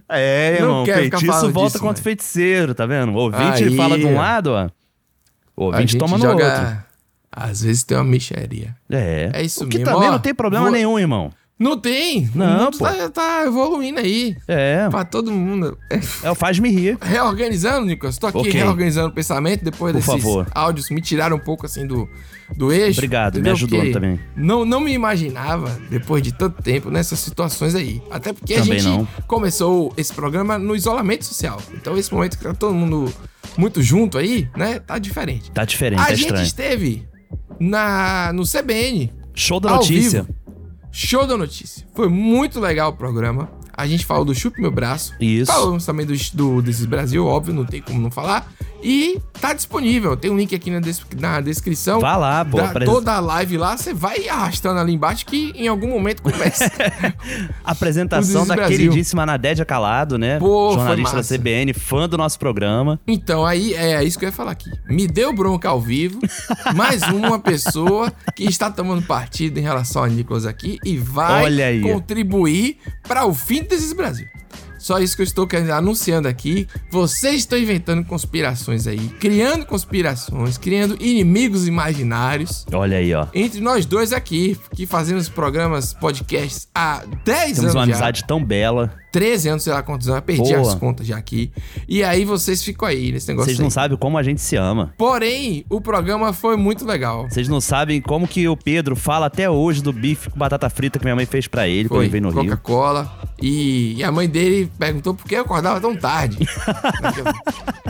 Speaker 3: É,
Speaker 2: Hum. Não
Speaker 3: irmão,
Speaker 2: quero ficar
Speaker 3: feitiço
Speaker 2: falando
Speaker 3: volta
Speaker 2: disso,
Speaker 3: contra
Speaker 2: mano.
Speaker 3: o feiticeiro, tá vendo? O ouvinte
Speaker 2: Aí.
Speaker 3: ele fala de um lado, ó. O
Speaker 2: A
Speaker 3: ouvinte
Speaker 2: gente
Speaker 3: toma no outro.
Speaker 2: joga... Às vezes tem uma micharia.
Speaker 3: É.
Speaker 2: É isso
Speaker 3: o que
Speaker 2: mesmo,
Speaker 3: também
Speaker 2: ó.
Speaker 3: não tem problema
Speaker 2: Vou-
Speaker 3: nenhum, irmão.
Speaker 2: Não tem!
Speaker 3: Não,
Speaker 2: o mundo
Speaker 3: pô.
Speaker 2: Tá, tá evoluindo aí.
Speaker 3: É,
Speaker 2: Pra todo mundo.
Speaker 3: é o faz-me rir.
Speaker 2: Reorganizando, Nicolas. Tô aqui
Speaker 3: Ok.
Speaker 2: reorganizando o pensamento depois
Speaker 3: Por
Speaker 2: desses
Speaker 3: favor.
Speaker 2: áudios. Me tiraram um pouco assim do, do eixo.
Speaker 3: Obrigado, me
Speaker 2: entendeu?
Speaker 3: ajudou
Speaker 2: Porque
Speaker 3: também.
Speaker 2: Não, não me imaginava, depois de tanto tempo, nessas situações aí. Até porque
Speaker 3: Também
Speaker 2: a gente
Speaker 3: não.
Speaker 2: começou esse programa no isolamento social. Então, esse momento que tá todo mundo muito junto aí, né? Tá diferente.
Speaker 3: Tá diferente,
Speaker 2: a
Speaker 3: tá
Speaker 2: gente
Speaker 3: estranho.
Speaker 2: esteve na, no CBN,
Speaker 3: Show da
Speaker 2: ao
Speaker 3: notícia.
Speaker 2: vivo. Show da notícia. Foi muito legal o programa. A gente falou do Chupa Meu Braço.
Speaker 3: Isso.
Speaker 2: Falamos também do, do Desses Brasil, óbvio, não tem como não falar. E tá disponível. Tem um link aqui na, des- na descrição.
Speaker 3: Vá lá, pô.
Speaker 2: Da-
Speaker 3: apres-
Speaker 2: Toda a live lá, você vai arrastando ali embaixo que em algum momento começa.
Speaker 3: Apresentação
Speaker 2: Os
Speaker 3: da
Speaker 2: Brasil.
Speaker 3: queridíssima Anadédia Calado, né?
Speaker 2: Pô, foi
Speaker 3: Jornalista da
Speaker 2: massa.
Speaker 3: CBN, fã do nosso programa.
Speaker 2: então, aí é isso que eu ia falar aqui. Me deu bronca ao vivo. Mais uma pessoa que está tomando partido em relação a Nicolas aqui e vai
Speaker 3: Olha aí.
Speaker 2: contribuir para o fim desses Brasil. Só isso que eu estou querendo- anunciando aqui. Vocês estão inventando conspirações aí, criando conspirações, criando inimigos imaginários.
Speaker 3: Olha aí, ó.
Speaker 2: Entre nós dois aqui, que fazemos programas, podcasts há 10 anos.
Speaker 3: Temos uma
Speaker 2: já.
Speaker 3: amizade tão bela.
Speaker 2: 13 anos, sei lá quantos anos, eu perdi
Speaker 3: Boa.
Speaker 2: as contas já aqui. E aí vocês ficam aí nesse negócio
Speaker 3: Vocês não
Speaker 2: aí.
Speaker 3: sabem como a gente se ama.
Speaker 2: Porém, o programa foi muito legal.
Speaker 3: Vocês não sabem como que o Pedro fala até hoje do bife com batata frita que minha mãe fez pra ele quando
Speaker 2: Foi
Speaker 3: ele veio no Rio.
Speaker 2: Coca-Cola. E, e a mãe dele perguntou por que eu acordava tão tarde.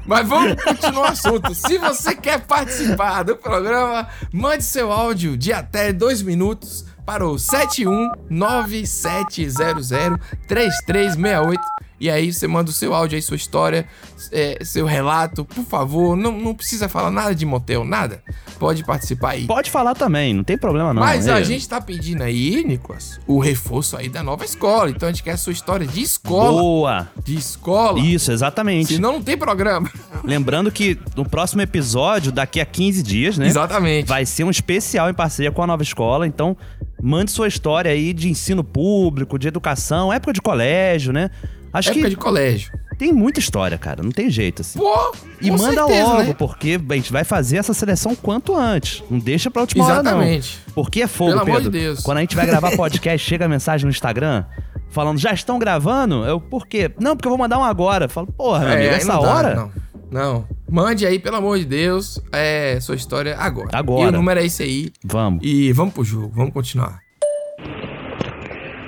Speaker 2: Mas vamos continuar o assunto. Se você quer participar do programa, mande seu áudio de até dois minutos um para o 7197003368368 E aí você manda o seu áudio aí, sua história, é, seu relato, por favor. Não, não precisa falar nada de motel, nada. Pode participar aí.
Speaker 3: Pode falar também, não tem problema não.
Speaker 2: é? Mas a
Speaker 3: É.
Speaker 2: gente tá pedindo aí, Nicolas, o reforço aí da nova escola. Então a gente quer a sua história de escola.
Speaker 3: Boa!
Speaker 2: De escola.
Speaker 3: Isso, exatamente.
Speaker 2: Senão não tem programa.
Speaker 3: Lembrando que no próximo episódio, daqui a 15 dias, né?
Speaker 2: Exatamente.
Speaker 3: Vai ser um especial em parceria com a nova escola. Então, mande sua história aí de ensino público, de educação, época de colégio, né? Acho
Speaker 2: Época
Speaker 3: que
Speaker 2: de colégio.
Speaker 3: Tem muita história, cara. Não tem jeito, assim.
Speaker 2: Pô,
Speaker 3: e
Speaker 2: com
Speaker 3: manda
Speaker 2: certeza,
Speaker 3: logo,
Speaker 2: né?
Speaker 3: porque a gente vai fazer essa seleção quanto antes. Não deixa pra última hora, não.
Speaker 2: Exatamente.
Speaker 3: Porque é fogo,
Speaker 2: Pelo amor
Speaker 3: Pedro.
Speaker 2: de Deus.
Speaker 3: Quando a gente vai gravar podcast, chega a mensagem no Instagram falando, já estão gravando? Eu, por quê? Não, porque eu vou mandar um agora. Eu falo, porra, meu amigo,
Speaker 2: É, aí
Speaker 3: essa
Speaker 2: não dá,
Speaker 3: hora?
Speaker 2: não. Não. Mande aí, pelo amor de Deus, é, sua história agora.
Speaker 3: Agora.
Speaker 2: E o número é esse aí.
Speaker 3: Vamos.
Speaker 2: E vamos pro jogo, vamos continuar.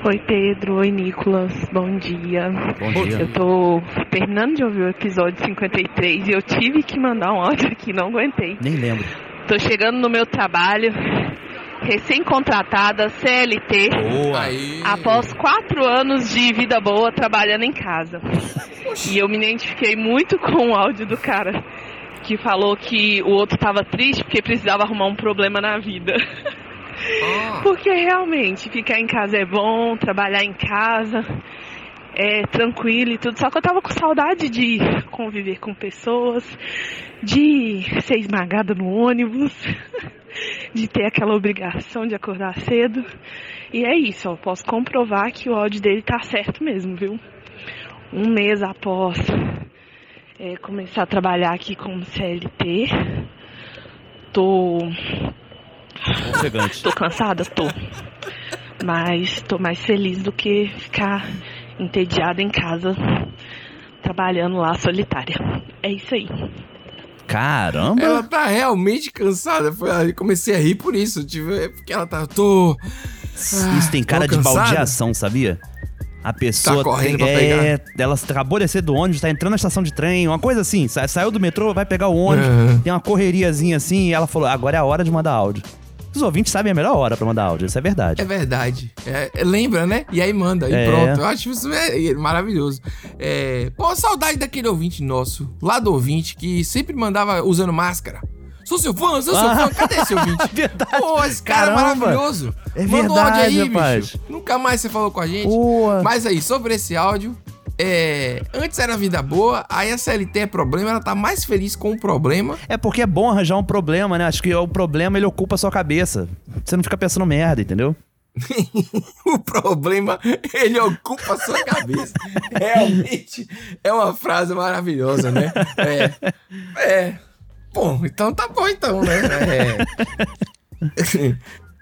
Speaker 10: Oi Pedro, oi Nicolas, bom dia.
Speaker 3: Bom dia.
Speaker 10: Eu tô terminando de ouvir o episódio 53 e eu tive que mandar um áudio aqui, não aguentei.
Speaker 3: Nem lembro.
Speaker 10: Tô chegando no meu trabalho, recém-contratada, CLT.
Speaker 3: Boa.
Speaker 10: Após quatro anos de vida boa trabalhando em casa. E eu me identifiquei muito com o áudio do cara que falou que o outro tava triste porque precisava arrumar um problema na vida. Porque realmente ficar em casa é bom, trabalhar em casa é tranquilo e tudo. Só que eu tava com saudade de conviver com pessoas, de ser esmagada no ônibus, de ter aquela obrigação de acordar cedo. E é isso, ó, posso comprovar que o áudio dele tá certo mesmo, viu? Um mês após é, começar a trabalhar aqui como CLT, tô
Speaker 3: Ofegante.
Speaker 10: Tô cansada, tô. Mas tô mais feliz do que ficar entediada em casa, trabalhando lá solitária. É isso aí.
Speaker 3: Caramba.
Speaker 2: Ela tá realmente cansada. Foi, eu comecei a rir por isso. Tipo, é porque ela tá. Tô.
Speaker 3: Isso tem
Speaker 2: tô
Speaker 3: cara de
Speaker 2: cansada.
Speaker 3: baldeação, sabia? A pessoa
Speaker 2: Tá correndo
Speaker 3: tem,
Speaker 2: pra
Speaker 3: é, ela acabou de descer do ônibus, tá entrando na estação de trem, uma coisa assim, sa- saiu do metrô, vai pegar o ônibus,
Speaker 2: Uhum.
Speaker 3: tem uma correriazinha assim, e ela falou: "Agora é a hora de mandar áudio". Os ouvintes sabem a melhor hora pra mandar áudio, isso é verdade.
Speaker 2: É verdade. É, é, lembra, né? E aí manda, e
Speaker 3: É.
Speaker 2: pronto. Eu acho isso é, é maravilhoso. É, pô, saudade daquele ouvinte nosso, lá do ouvinte, que sempre mandava usando máscara. Sou seu fã, sou seu
Speaker 3: Ah.
Speaker 2: fã. Cadê esse ouvinte? verdade. Pô, esse cara é
Speaker 3: Caramba.
Speaker 2: maravilhoso.
Speaker 3: É
Speaker 2: Manda um áudio
Speaker 3: verdade,
Speaker 2: aí,
Speaker 3: rapaz.
Speaker 2: bicho. Nunca mais você falou com a gente.
Speaker 3: Boa.
Speaker 2: Mas aí, sobre esse áudio, é, antes era vida boa, aí a CLT é problema, ela tá mais feliz com o problema.
Speaker 3: É porque é bom arranjar um problema, né? Acho que o problema ele ocupa a sua cabeça. Você não fica pensando merda, entendeu?
Speaker 2: o problema, ele ocupa a sua cabeça. Realmente é uma frase maravilhosa, né? É. É. Bom, então tá bom então, né? É.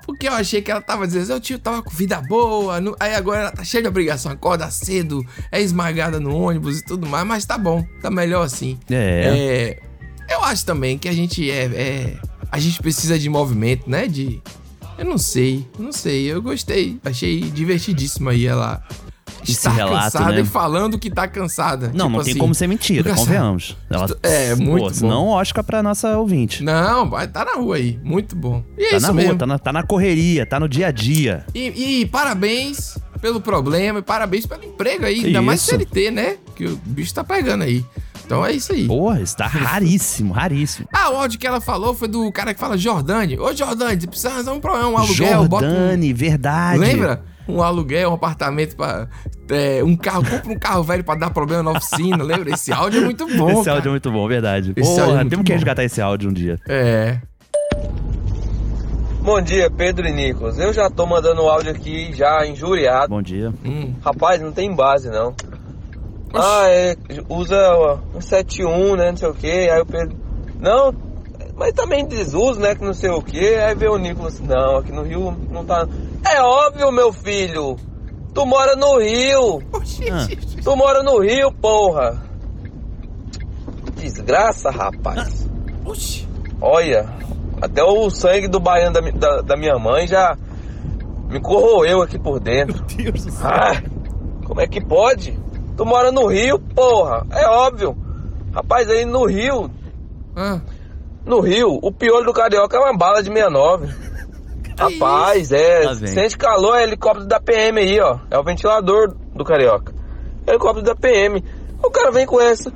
Speaker 2: Porque eu achei que ela tava dizendo, eu tio tava com vida boa, não- aí agora ela tá cheia de obrigação, acorda cedo, é esmagada no ônibus e tudo mais, mas tá bom, tá melhor assim.
Speaker 3: É.
Speaker 2: É, eu acho também que a gente é, é- A gente precisa de movimento, né? De. Eu não sei, não sei. Eu gostei. Achei divertidíssimo aí ela.
Speaker 3: Esse
Speaker 2: estar
Speaker 3: relato,
Speaker 2: cansada
Speaker 3: né?
Speaker 2: e falando que tá cansada.
Speaker 3: Não,
Speaker 2: Tipo
Speaker 3: não tem
Speaker 2: assim,
Speaker 3: como ser mentira,
Speaker 2: engraçado.
Speaker 3: convenhamos. Ela,
Speaker 2: É, muito bom.
Speaker 3: Não, Oscar pra nossa ouvinte.
Speaker 2: Não, vai, tá na rua aí. Muito bom. E é
Speaker 3: tá
Speaker 2: isso
Speaker 3: na rua,
Speaker 2: mesmo.
Speaker 3: tá na, tá na correria, tá no dia a dia.
Speaker 2: E, e parabéns pelo problema e parabéns pelo emprego aí. Ainda mais
Speaker 3: Isso.
Speaker 2: CLT, né? Que o bicho tá pegando aí. Então é isso aí.
Speaker 3: Porra, isso tá raríssimo, raríssimo.
Speaker 2: Ah, o áudio que ela falou foi do cara que fala Jordane. Ô, Jordane, você precisa arranjar um problema, um aluguel. bota um-
Speaker 3: Jordane, verdade.
Speaker 2: Lembra? Um aluguel, um apartamento para um carro, compra um carro velho pra dar problema na oficina, lembra? Esse áudio é muito bom.
Speaker 3: esse
Speaker 2: cara.
Speaker 3: áudio é muito bom, verdade.
Speaker 2: Esse áudio é
Speaker 3: Porra,
Speaker 2: muito
Speaker 3: temos que
Speaker 2: bom.
Speaker 3: resgatar esse áudio um dia.
Speaker 2: É.
Speaker 11: Bom dia, Pedro e Nicolas. Eu já tô mandando o áudio aqui já injuriado.
Speaker 3: Bom dia.
Speaker 2: Hum,
Speaker 11: Rapaz, não tem base não. Ah, é, usa ó, 171, né? Não sei o que. Aí o Pedro. Não, mas também desuso, né? Que não sei o que. Aí vê o Nicolas. Não, aqui no Rio não tá. É óbvio, meu filho! Tu mora no Rio! Tu mora no Rio, porra! Desgraça, rapaz!
Speaker 3: Ah,
Speaker 11: Olha, até o sangue do baiano da, mi- da- da minha mãe já me corroeu aqui por dentro.
Speaker 3: Meu Deus do
Speaker 11: céu. como é que pode? Tu mora no Rio, porra. É óbvio. Rapaz, aí no Rio. No Rio, o piolho do carioca é uma bala de 69. Rapaz, é.
Speaker 12: vem.
Speaker 11: Sente calor, é helicóptero da PM aí, ó. É o ventilador do carioca. helicóptero da PM. O cara vem com essa.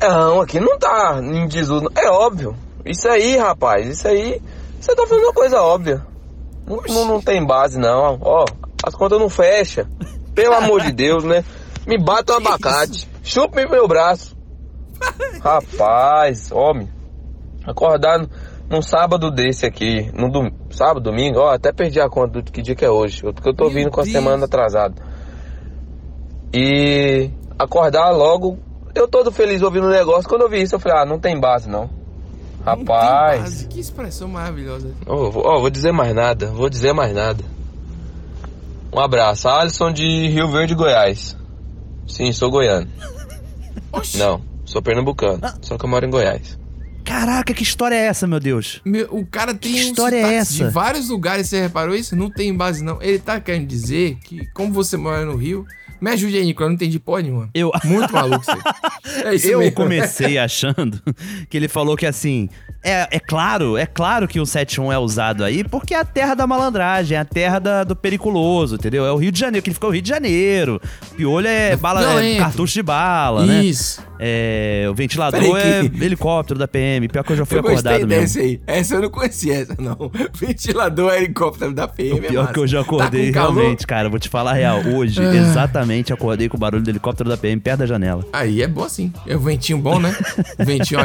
Speaker 11: Não, aqui não tá em desuso. não. É óbvio. Isso aí, rapaz, isso aí. Você tá fazendo uma coisa óbvia. Não, não, não tem base, não. Ó, as contas não fecham. Pelo amor de Deus, né? Me bata o abacate. Chupa meu braço. Rapaz, homem. Acordar num- num sábado desse aqui. No dom... Sábado, domingo, ó, até perdi a conta do que dia que é hoje. Porque eu tô vindo com a semana atrasada. E acordar logo. Eu todo feliz ouvindo o negócio. Quando eu vi isso, eu falei, ah, não tem base não. Rapaz.
Speaker 2: Mas que expressão maravilhosa.
Speaker 11: Ó, vou- ó, vou dizer mais nada, vou dizer mais nada. Um abraço, Alisson de Rio Verde, Goiás. Sim, sou goiano. Não, sou pernambucano, só que eu moro em Goiás.
Speaker 3: Caraca, que história é essa, meu Deus?
Speaker 2: Meu, o cara tem
Speaker 3: Que
Speaker 2: um
Speaker 3: história é
Speaker 2: sotaque
Speaker 3: essa?
Speaker 2: de vários lugares, você reparou isso? Não tem base, não. Ele tá querendo dizer que, como você mora no Rio... Me ajude aí, Nico, eu não entendi porra nenhuma.
Speaker 3: Eu...
Speaker 2: Muito maluco você. É isso
Speaker 3: eu
Speaker 2: mesmo.
Speaker 3: comecei achando que ele falou que assim. É, é claro, é claro que o 71 é usado aí, porque é a terra da malandragem, é a terra da- do periculoso, entendeu? É o Rio de Janeiro, que ele ficou o Rio de Janeiro. Piolho é, bala, é
Speaker 2: violento.
Speaker 3: cartucho de bala, né?
Speaker 2: Isso.
Speaker 3: É, o ventilador é
Speaker 2: Peraí que-
Speaker 3: helicóptero da PM, pior que eu já fui
Speaker 2: eu
Speaker 3: acordado
Speaker 2: gostei
Speaker 3: mesmo.
Speaker 2: dessa aí. Essa eu não conhecia, essa não. Ventilador, helicóptero da PM. é
Speaker 3: Pior
Speaker 2: massa.
Speaker 3: que eu já
Speaker 2: Tá com
Speaker 3: acordei
Speaker 2: calor?
Speaker 3: realmente, cara. Vou te falar a real. Hoje,
Speaker 2: Ah.
Speaker 3: exatamente, acordei com o barulho do helicóptero da PM perto da janela.
Speaker 2: Aí é bom assim. É um ventinho bom, né? O ventinho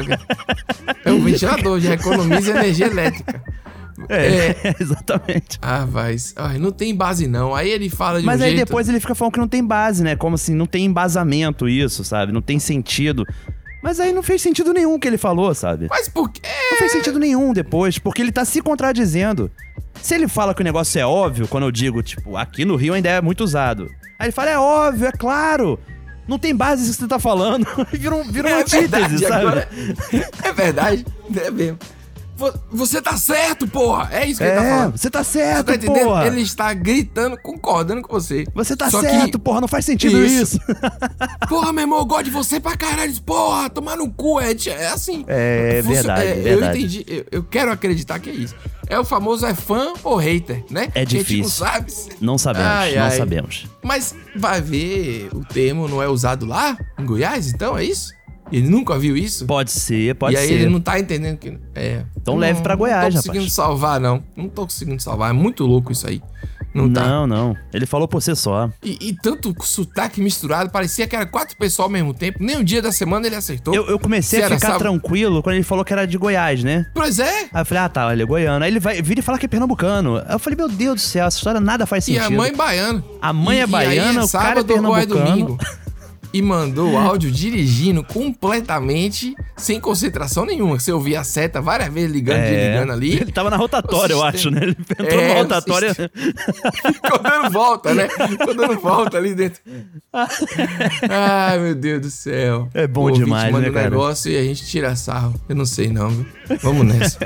Speaker 2: é um ventilador, já economiza energia elétrica.
Speaker 3: É, exatamente.
Speaker 2: Ah, vai. Ai, não tem base não. Aí ele fala de
Speaker 3: Mas
Speaker 2: um
Speaker 3: aí
Speaker 2: jeito-
Speaker 3: depois ele fica falando que não tem base, né? Como assim, não tem embasamento isso, sabe? Não tem sentido. Mas aí não fez sentido nenhum o que ele falou, sabe?
Speaker 2: Mas por quê? É
Speaker 3: Não fez sentido nenhum depois, porque ele tá se contradizendo. Se ele fala que o negócio é óbvio, quando eu digo, tipo, aqui no Rio ainda é muito usado. Aí ele fala, é óbvio, é claro. Não tem base isso que você tá falando. E vira, um, vira uma
Speaker 2: É
Speaker 3: antítese,
Speaker 2: verdade,
Speaker 3: sabe?
Speaker 2: agora- É verdade, é mesmo. Vo- Você tá certo, porra! É isso que ele tá
Speaker 3: É,
Speaker 2: falando.
Speaker 3: você tá certo,
Speaker 2: entendendo?
Speaker 3: porra.
Speaker 2: Ele está gritando, concordando com você.
Speaker 3: Você tá
Speaker 2: Só que-
Speaker 3: certo, porra, não faz sentido isso.
Speaker 2: porra, meu irmão, eu gosto de você pra caralho. Porra, tomar no cu, é, é assim.
Speaker 3: É
Speaker 2: Funcio-
Speaker 3: verdade,
Speaker 2: é,
Speaker 3: verdade.
Speaker 2: Eu entendi, eu, eu quero acreditar que é isso. É o famoso é fã ou hater, né? Que
Speaker 3: É
Speaker 2: A gente
Speaker 3: difícil.
Speaker 2: não sabe. se-
Speaker 3: Não sabemos,
Speaker 2: Ai,
Speaker 3: não
Speaker 2: ai.
Speaker 3: sabemos.
Speaker 2: Mas vai ver, o termo não é usado lá, em Goiás, então, é isso? Ele nunca viu isso?
Speaker 3: Pode ser, pode
Speaker 2: e aí
Speaker 3: ser.
Speaker 2: ele não tá entendendo que. É.
Speaker 3: Então
Speaker 2: Eu
Speaker 3: leve
Speaker 2: não-
Speaker 3: pra Goiás,
Speaker 2: Não tô conseguindo
Speaker 3: rapaz.
Speaker 2: salvar, não. Não tô conseguindo salvar. É muito louco isso aí. Não, tá.
Speaker 3: não, não. Ele falou por si só.
Speaker 2: E, e tanto sotaque misturado, parecia que era quatro pessoas ao mesmo tempo. Nem um dia da semana ele acertou.
Speaker 3: Eu, eu comecei
Speaker 2: Se
Speaker 3: a
Speaker 2: era
Speaker 3: ficar
Speaker 2: sábado-
Speaker 3: tranquilo quando ele falou que era de Goiás, né?
Speaker 2: Pois é.
Speaker 3: Aí eu falei, ah tá, ele é goiano. Aí ele vai, vira e fala que é pernambucano. Aí eu falei, meu Deus do céu, essa história nada faz
Speaker 2: E
Speaker 3: sentido.
Speaker 2: a mãe baiana.
Speaker 3: A mãe
Speaker 2: E-
Speaker 3: é
Speaker 2: e aí
Speaker 3: baiana, o cara é
Speaker 2: sábado ou
Speaker 3: pernambucano.
Speaker 2: E mandou o áudio dirigindo completamente sem concentração nenhuma. Você ouvia a seta várias vezes ligando,
Speaker 3: É.
Speaker 2: desligando ali.
Speaker 3: Ele tava na rotatória, eu acho, né? Ele entrou
Speaker 2: É,
Speaker 3: na rotatória.
Speaker 2: Ficou dando volta, né? Ficou dando volta ali dentro. Ai, meu Deus do céu.
Speaker 3: É bom
Speaker 2: O ouvinte
Speaker 3: demais,
Speaker 2: manda
Speaker 3: né,
Speaker 2: um
Speaker 3: cara?
Speaker 2: negócio e a gente tira sarro. Eu não sei não, viu? Vamos nessa.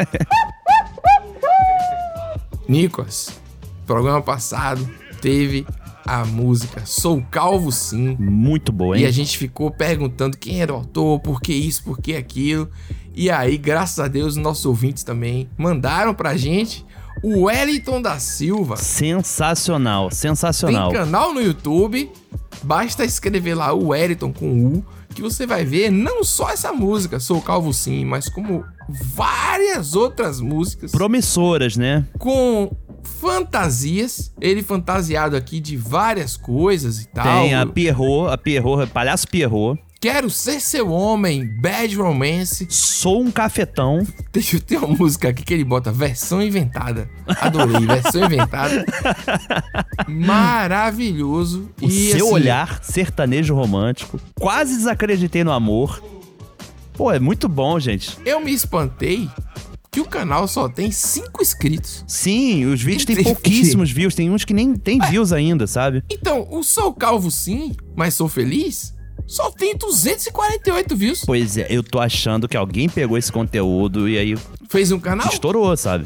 Speaker 2: Nicolas, programa passado teve a música Sou Calvo Sim.
Speaker 3: Muito boa, hein?
Speaker 2: E a gente ficou perguntando quem era o autor, por que isso, por que aquilo. E aí, graças a Deus, nossos ouvintes também mandaram pra gente o Wellington da Silva.
Speaker 3: Sensacional, sensacional.
Speaker 2: Tem canal no YouTube. Basta escrever lá o Wellington com U, que você vai ver não só essa música, Sou Calvo Sim, mas como várias outras músicas
Speaker 3: Promissoras, né?
Speaker 2: com fantasias. Ele fantasiado aqui de várias coisas e tal.
Speaker 3: Tem a Pierrot, a Pierrot, Palhaço Pierrot.
Speaker 2: Quero Ser Seu Homem, Bad Romance.
Speaker 3: Sou um cafetão.
Speaker 2: Deixa eu ter uma música aqui que ele bota versão inventada. Adorei, versão inventada. Maravilhoso. assim,
Speaker 3: O seu olhar, sertanejo romântico. Quase desacreditei no amor. Pô, é muito bom, gente.
Speaker 2: Eu me espantei que o canal só tem cinco inscritos.
Speaker 3: Sim, os vídeos têm
Speaker 2: Entendi.
Speaker 3: pouquíssimos views, tem uns que nem tem views ainda, sabe?
Speaker 2: Então, o Sou Calvo Sim, mas Sou Feliz, só tem 248 views.
Speaker 3: Pois é, eu tô achando que alguém pegou esse conteúdo e aí
Speaker 2: Fez um canal?
Speaker 3: estourou, sabe?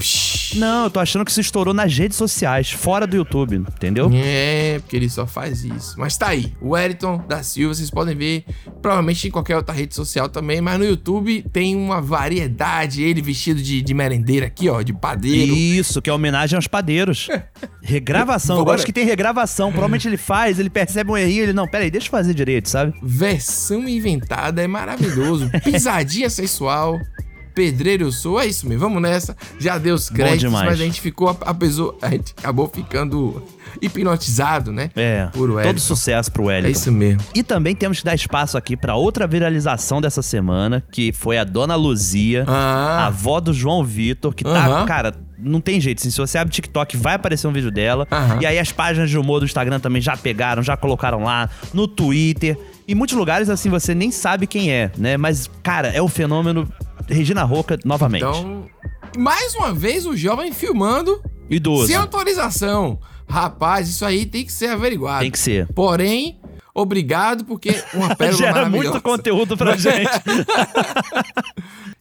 Speaker 3: Não, eu tô achando que isso estourou nas redes sociais, fora do YouTube, entendeu?
Speaker 2: É, porque ele só faz isso. Mas tá aí, o Eriton da Silva, vocês podem ver provavelmente em qualquer outra rede social também, mas no YouTube tem uma variedade, ele vestido de, de merendeiro aqui, ó, de padeiro.
Speaker 3: Isso, que é homenagem aos padeiros. Regravação, eu
Speaker 2: Bora.
Speaker 3: gosto que tem regravação. Provavelmente ele faz, ele percebe um errinho, ele, não, peraí, deixa eu fazer direito, sabe?
Speaker 2: Versão inventada é maravilhoso. Pisadinha sensual. Pedreiro eu sou, é isso mesmo. Vamos nessa. Já deu os créditos,
Speaker 3: demais.
Speaker 2: mas a gente ficou a, a pessoa, a gente acabou ficando hipnotizado, né?
Speaker 3: É.
Speaker 2: Por Wellington.
Speaker 3: Todo sucesso pro então. Wellington.
Speaker 2: É isso mesmo.
Speaker 3: E também temos que dar espaço aqui pra outra viralização dessa semana, que foi a Dona Luzia, a avó do João Vitor, que tá,
Speaker 2: Ah. Aham.
Speaker 3: cara, não tem jeito. assim, se você abre o TikTok, vai aparecer um vídeo dela. E aí as páginas de humor do Instagram também já pegaram, já colocaram lá, no Twitter. Em muitos lugares, assim, você nem sabe quem é, né? Mas, cara, é o fenômeno Regina Roca novamente.
Speaker 2: Então, mais uma vez o jovem filmando
Speaker 3: Idoso.
Speaker 2: sem autorização. Rapaz, isso aí tem que ser averiguado.
Speaker 3: Tem que ser.
Speaker 2: Porém, obrigado porque uma pérola
Speaker 3: Gera
Speaker 2: maravilhosa.
Speaker 3: é muito conteúdo pra gente.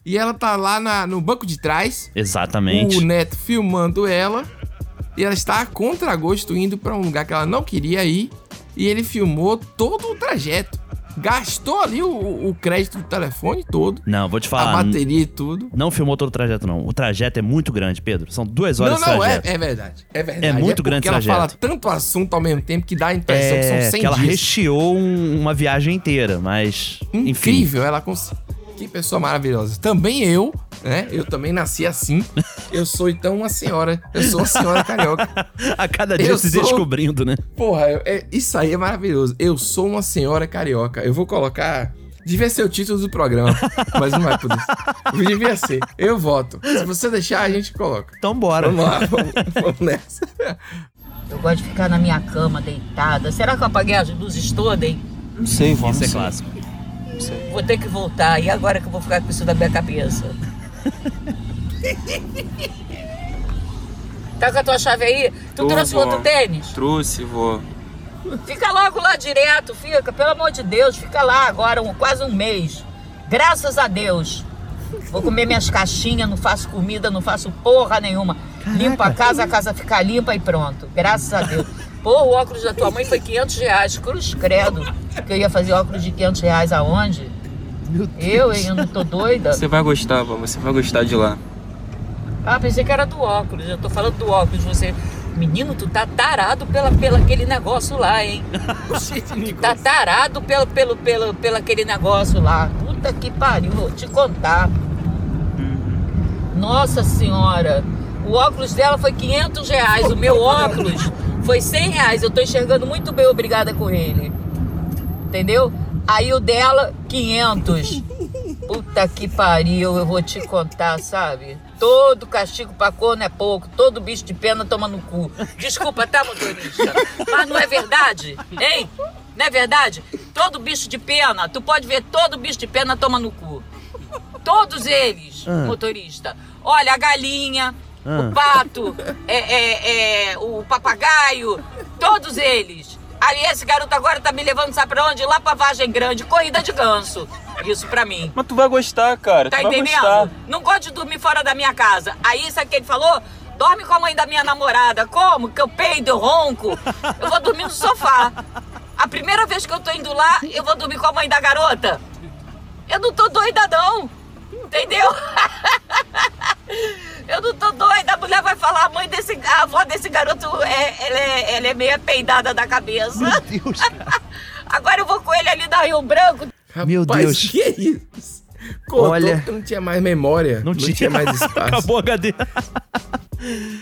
Speaker 2: e ela tá lá na- no banco de trás,
Speaker 3: Exatamente.
Speaker 2: o neto filmando ela e ela está a contragosto indo pra um lugar que ela não queria ir e ele filmou todo o trajeto. Gastou ali o, o crédito do telefone todo.
Speaker 3: Não, vou te falar.
Speaker 2: A bateria e tudo.
Speaker 3: Não filmou todo o trajeto, não. O trajeto é muito grande, Pedro. São duas horas de
Speaker 2: não, não, é,
Speaker 3: trajeto.
Speaker 2: é verdade. É verdade.
Speaker 3: É muito
Speaker 2: porque
Speaker 3: grande
Speaker 2: ela
Speaker 3: trajeto.
Speaker 2: fala tanto assunto ao mesmo tempo que dá a impressão que
Speaker 3: É,
Speaker 2: são 100
Speaker 3: que ela
Speaker 2: dias.
Speaker 3: recheou um- uma viagem inteira, mas. Enfim.
Speaker 2: Incrível, ela conseguiu. Que pessoa maravilhosa. Também eu, né? Eu também nasci assim. Eu sou então uma senhora. Eu sou uma senhora carioca.
Speaker 3: A cada dia
Speaker 2: Eu
Speaker 3: se
Speaker 2: sou-
Speaker 3: descobrindo, né?
Speaker 2: Porra, eu- é- isso aí é maravilhoso. Eu sou uma senhora carioca. Eu vou colocar. Devia ser o título do programa, mas não vai poder. ser. Devia ser. Eu voto. Se você deixar, a gente coloca.
Speaker 3: Então bora.
Speaker 2: Vamos lá, vamos, vamos nessa.
Speaker 12: Eu gosto de ficar na minha cama, deitada. Será que eu apaguei as luzes todas, hein?
Speaker 11: Não sei, vamos.
Speaker 3: Isso é clássico.
Speaker 12: Vou ter que voltar. E agora que eu vou ficar com isso da minha cabeça? tá com a tua chave aí? Tu trouxe o outro tênis?
Speaker 11: Trouxe, vou.
Speaker 12: Fica logo lá direto, fica. Pelo amor de Deus, fica lá agora um- quase um mês. Graças a Deus. Vou comer minhas caixinhas, não faço comida, não faço porra nenhuma. Limpo a casa, a casa fica limpa e pronto. Graças a Deus. Pô, o óculos da tua mãe foi 500 reais. Cruz credo. Que eu ia fazer óculos de 500 reais aonde? Eu, hein? Eu não tô doida.
Speaker 11: Você vai gostar, vó. Você vai gostar de lá.
Speaker 12: Ah, pensei que era do óculos. Eu tô falando do óculos. Você. Menino, tu tá tarado pela, pelo aquele negócio lá, hein? tu tá tarado pelo, pelo, pelo, pelo aquele negócio lá. Puta que pariu, vou te contar. Nossa senhora. O óculos dela foi 500 reais. O meu óculos foi 100 reais. Eu tô enxergando muito bem, obrigada com ele. Entendeu? Aí o dela, 500. Puta que pariu, eu vou te contar, sabe? Todo castigo pra corno é pouco, todo bicho de pena toma no cu. Desculpa, tá, motorista? Mas não é verdade, hein? Não é verdade? Todo bicho de pena, tu pode ver todo bicho de pena toma no cu. Todos eles,
Speaker 13: Ah.
Speaker 12: motorista. Olha, a galinha,
Speaker 13: Ah.
Speaker 12: o pato, é, é, é, o papagaio, todos eles. Ali, esse garoto agora tá me levando, sabe pra onde? Lá pra Vagem Grande, corrida de ganso. Isso pra mim.
Speaker 11: Mas tu vai gostar, cara.
Speaker 12: Tá
Speaker 11: tu vai
Speaker 12: entendendo?
Speaker 11: gostar.
Speaker 12: Não gosto de dormir fora da minha casa. Aí, sabe o que ele falou? Dorme com a mãe da minha namorada. Como? Que eu peido, eu ronco. Eu vou dormir no sofá. A primeira vez que eu tô indo lá, eu vou dormir com a mãe da garota. Eu não tô doida, não. Entendeu? Eu não tô doida. A mulher vai falar, a mãe desse... A avó desse garoto, é, ela, é, ela é meio peidada da cabeça. Meu Deus, Agora eu vou com ele ali da Rio Branco.
Speaker 3: Meu
Speaker 2: Rapaz,
Speaker 3: Deus.
Speaker 2: que é isso? Cortou
Speaker 3: Olha.
Speaker 2: porque não tinha mais memória. Não, tinha. mais espaço.
Speaker 3: Acabou o HD.